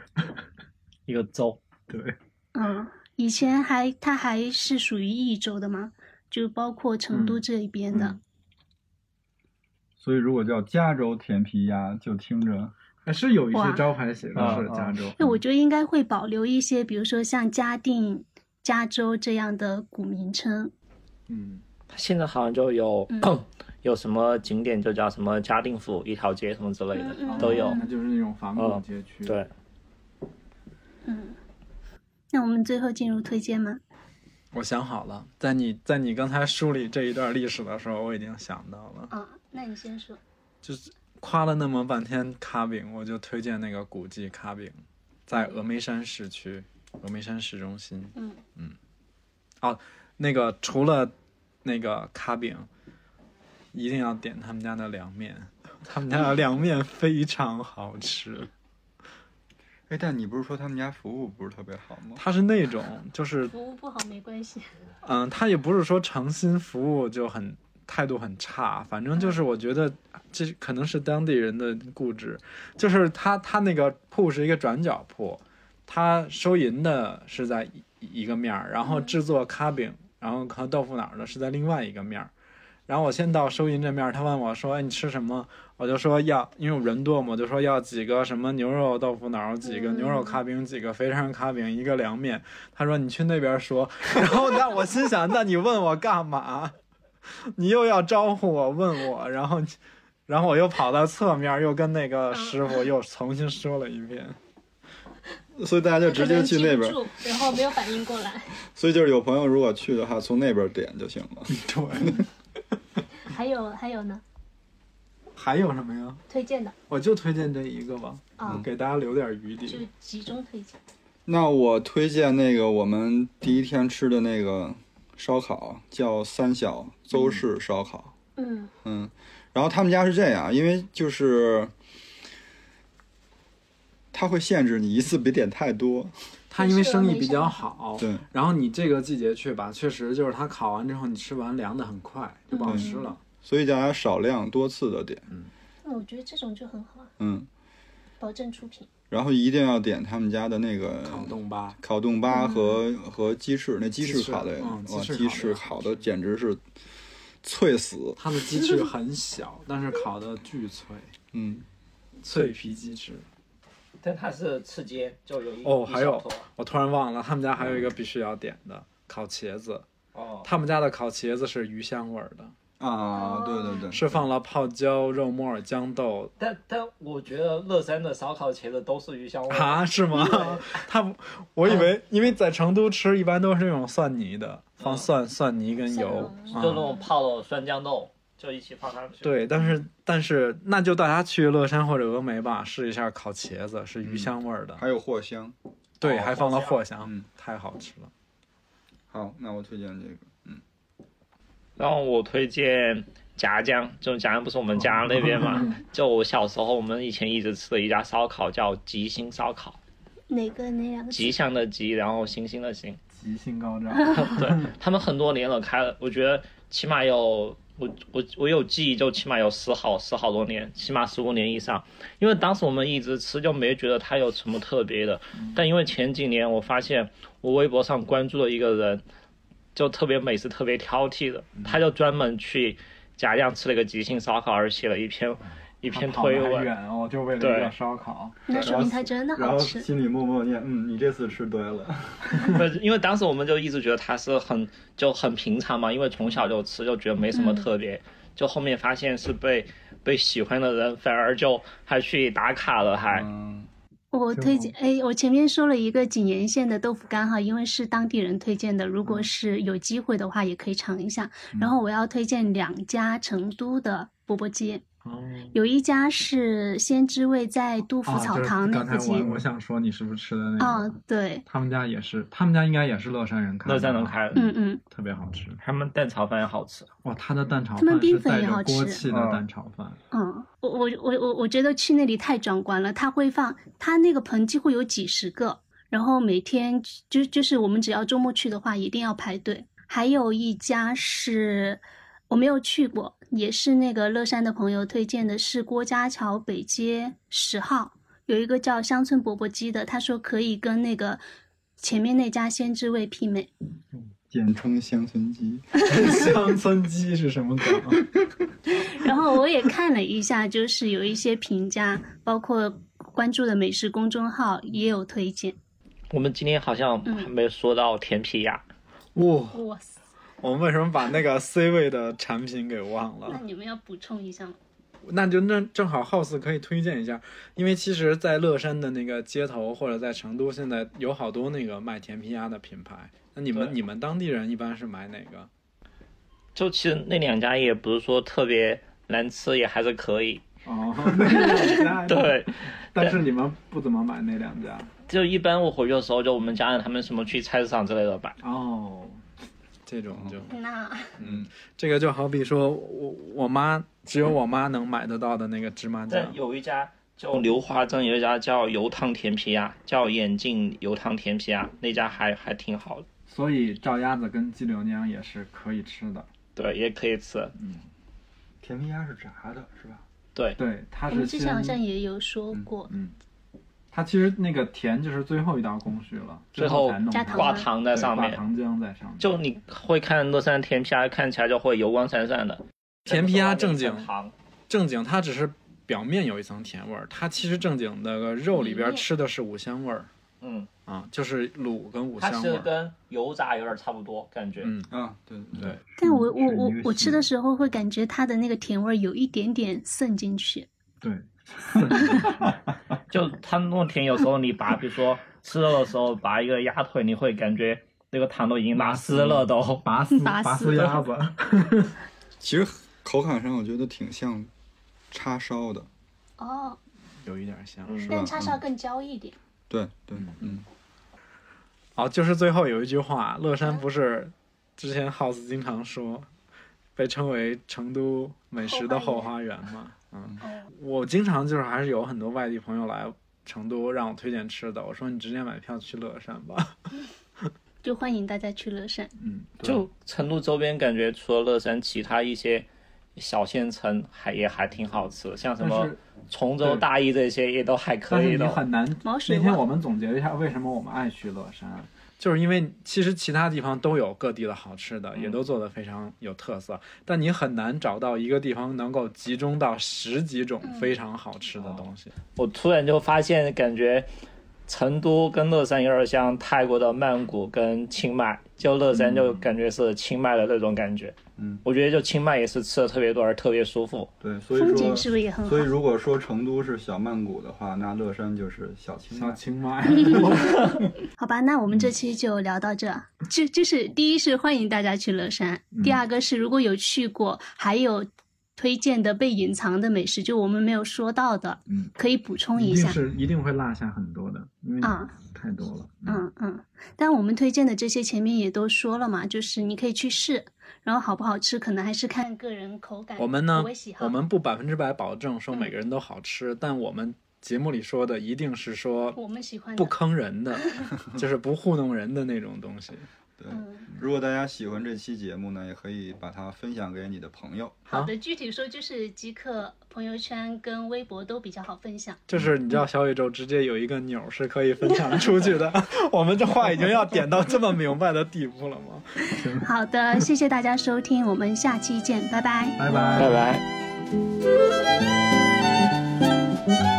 一个粥，对，嗯，以前还它还是属于益州的嘛，就包括成嗯都这一边的。所以如果叫加州甜皮鸭，就听着还哎是有一些哇哎招牌写的是啊啊加州，嗯那、我觉得应该会保留一些，比如说像嘉定、加州这样的古名称。嗯，现在好像就有、嗯 [CLEARS THROAT] 有什么景点就叫什么嘉定府一条街什么之类的、嗯嗯都有。它就是那种仿古嗯街区。对，嗯，那我们最后进入推荐吗？我想好了，在你在你刚才梳理这一段历史的时候，我已经想到了，啊、那你先说。就是夸了那么半天卡饼，我就推荐那个古迹卡饼，在峨眉山市区，峨眉山市中心。嗯那个除了那个卡饼，一定要点他们家的凉面， [LAUGHS] 他们家的凉面非常好吃。哎，但你不是说他们家服务不是特别好吗？它是那种就是服务不好没关系。嗯，他也不是说诚心服务就很态度很差，反正就是我觉得这可能是当地人的固执，就是他他那个铺是一个转角铺，他收银的是在一一个面儿，然后制作卡饼，然后和豆腐脑儿的是在另外一个面儿。然后我先到收银这面儿，他问我说：“哎，你吃什么？”我就说要，因为我人多嘛，我就说要几个什么牛肉豆腐脑儿，几个牛肉卡饼，几个肥肠卡饼，一个凉面。他说：“你去那边说。” [LAUGHS] 然后，但我心想，那你问我干嘛？你又要招呼我，问我，然后， [LAUGHS] 然后我又跑到侧面，又跟那个师傅又重新说了一遍。所以大家就直接去 [LAUGHS] 那边。，然后没有反应过来。所以就是有朋友如果去的话，从那边点就行了。对，还有还有呢，还有什么呀？推荐的我就推荐这一个吧，嗯啊、给大家留点余就地。集中推荐。那我推荐那个我们第一天吃的那个烧烤，叫三小邹氏烧烤。嗯嗯，然后他们家是这样，因为就是他会限制你一次别点太多。他因为生意比较好，对，然后你这个季节去吧，确实就是他烤完之后，你吃完凉的很快，就不好吃了。所以大家少量多次的点。那我觉得这种就很好啊，嗯，保证出品。然后一定要点他们家的那个烤冻吧，烤冻巴和、和鸡翅，那鸡鸡翅翅烤的，嗯哇，鸡翅鸡烤的翅烤的简直是脆死。它的 [LAUGHS] 鸡翅很小，但是烤的巨脆，嗯，脆皮鸡翅。但它是刺街，就有一哦一还小有坨我突然忘了，他们家还有一个必须要点的烤茄子。哦，他们家的烤茄子是鱼香味儿的，啊，对对对，是放了泡椒、肉末儿、豇豆但但我觉得乐山的烧烤茄子都是鱼香味。啊？是吗？他不，我以为因为在成都吃一般都是那种蒜泥的，放蒜、蒜泥跟油就嗯啊。那种泡的酸豇豆，就一起放上去。，对，但是但是那就大家去乐山或者峨眉吧，试一下烤茄子，是鱼香味儿的。还有藿香。对，哦还放了藿藿香，嗯太好吃了。好，那我推荐这个。然后我推荐夹江，就夹江不是我们家那边嘛？就我小时候，我们以前一直吃的一家烧烤叫吉星烧烤，哪个哪两个？吉祥的吉，然后星星的星。吉星高照， [LAUGHS] 对他们很多年了开了，我觉得起码有我我我有记忆就起码有十好十好多年，起码十五年以上。因为当时我们一直吃就没觉得它有什么特别的，嗯但因为前几年我发现我微博上关注了一个人，就特别美食特别挑剔的，嗯他就专门去夹酱吃了一个吉庆烧烤，而写了一嗯篇一篇推文。哦，就为了一个对烧烤。那说明它真的好吃。里默默念，嗯，你这次吃对了。不是因为当时我们就一直觉得它是很就很平常嘛，因为从小就吃，就觉得没什么特别。就后面发现是被被喜欢的人，反而就还去打卡了，还、嗯，我推荐，哎，我前面说了一个井沿县的豆腐干哈，因为是当地人推荐的，如果是有机会的话，也可以尝一下。然后我要推荐两家成都的钵钵鸡，有一家是先知味在杜啊甫草堂那附近。想说你是不是吃的啊、对，他们家也是，他们家应该也是乐山人开的，乐山能开的嗯嗯，特别好吃。他们蛋炒饭也好吃。哇，他的蛋炒他们饭冰是粉带也好着吃锅气的蛋炒饭， [LAUGHS] 嗯，我我我我我觉得去那里太壮观了，他会放他那个盆几乎有几十个，然后每天就就是我们只要周末去的话，一定要排队。还有一家是我没有去过，也是那个乐山的朋友推荐的，是郭家桥北街十号有一个叫乡村钵钵鸡的，他说可以跟那个前面那家先知味媲美。简称乡村鸡。乡村鸡是什么梗啊？然后我也看了一下，就是有一些评价，包括关注的美食公众号也有推荐。我们今天好像嗯还没有说到甜皮鸭，哇、哇塞，我们为什么把那个 C 位的产品给忘了？你们要补充一下吗？那就那正好 House 可以推荐一下，因为其实，在乐山的那个街头或者在成都，现在有好多那个卖甜皮鸭的品牌。那你们对你们当地人一般是买哪个？就其实那两家也不是说特别难吃，也还是可以。哦， [LAUGHS] 那对， [LAUGHS] 但是你们不怎么买那两家就一般我回去的时候，就我们家人他们什么去菜市场之类的买。哦。这种就那这个就好比说我我妈只有我妈能买得到的那个芝麻酱但，有一家叫刘华珍，有一家叫油汤甜皮鸭，叫眼镜油汤甜皮鸭，那家还还挺好的，所以照鸭子跟鸡柳酿也是可以吃的。对，也可以吃。甜皮鸭是炸的，是吧？对，对，它我是们之前好先像也有说过，嗯，它其实那个甜就是最后一道工序了，最后后才弄加它糖挂吗糖在对上挂面，糖浆在上面。就你会看乐山甜皮鸭，啊看起来就会油光闪闪的。甜皮鸭正这经个糖，正经，它只是表面有一层甜味儿，它其实正经的肉里边吃的是五香味儿嗯，啊，就是卤跟五它香其味实儿。跟油炸有点差不多，感觉。嗯啊，对对对，但我我我是一个我系吃的时候会感觉它的那个甜味儿有一点点渗进去。对，就它那种甜，有时候你拔，比如说吃肉的时候拔一个鸭腿，你会感觉那个糖都已经拉丝了都。拔丝拔丝拔丝鸭子，其实口感上我觉得挺像叉烧的。哦，有一点像。是嗯吧但叉烧更焦一点。对对，嗯，好，就是最后有一句话，乐山不是之前 House 经常说，被称为成都美食的后花园嘛？嗯，哦我经常就是还是有很多外地朋友来成都让我推荐吃的，我说你直接买票去乐山吧。就欢迎大家去乐山。嗯，就成都周边，感觉除了乐山，其他一些小县城还也还挺好吃的，像什但么是崇州、大邑这些也都还可但是以你的。很难。毛那水天旺我们总结了一下，为什么我们爱去乐山，就是因为其实其他地方都有各地的好吃的，也都做得非常有特色，但你很难找到一个地方能够集中到十几种非常好吃的东西。我突然就发现，感觉成都跟乐山有点像泰国的曼谷跟清迈，就乐山嗯就感觉是清迈的那种感觉。嗯，我觉得就清迈也是吃的特别多，而特别舒服。对，所以风景是说，不是也很好所以？如果说成都是小曼谷的话，那乐山就是小清小迈。清迈，好吧，那我嗯们这期就聊到这。这就是第一是欢迎大家去乐山，第嗯二个是如果有去过，还有推荐的被隐藏的美食，就我们没有说到的，嗯可以补充一一定下。是一定会落下很多的，因为啊太多了。嗯嗯，但我们推荐的这些前面也都说了嘛，就是你可以去试，然后好不好吃可能还是看个人口感、我们呢口味喜，好。我们不百分之百保证说每个人都好吃，但我们节目里说的一定是说我们喜欢不的，坑人 [LAUGHS] 的，就是不糊弄人的那种东西。对，嗯，如果大家喜欢这期节目呢，也可以把它分享给你的朋友。好啊的，具体说就是极客朋友圈跟微博都比较好分享。就是你知道小宇宙直接有一个钮儿是可以分享出去的， [LAUGHS] 我们这话已经要点到这么明白的地步了吗？好的，谢谢大家收听，我们下期见，拜拜。拜拜。拜拜。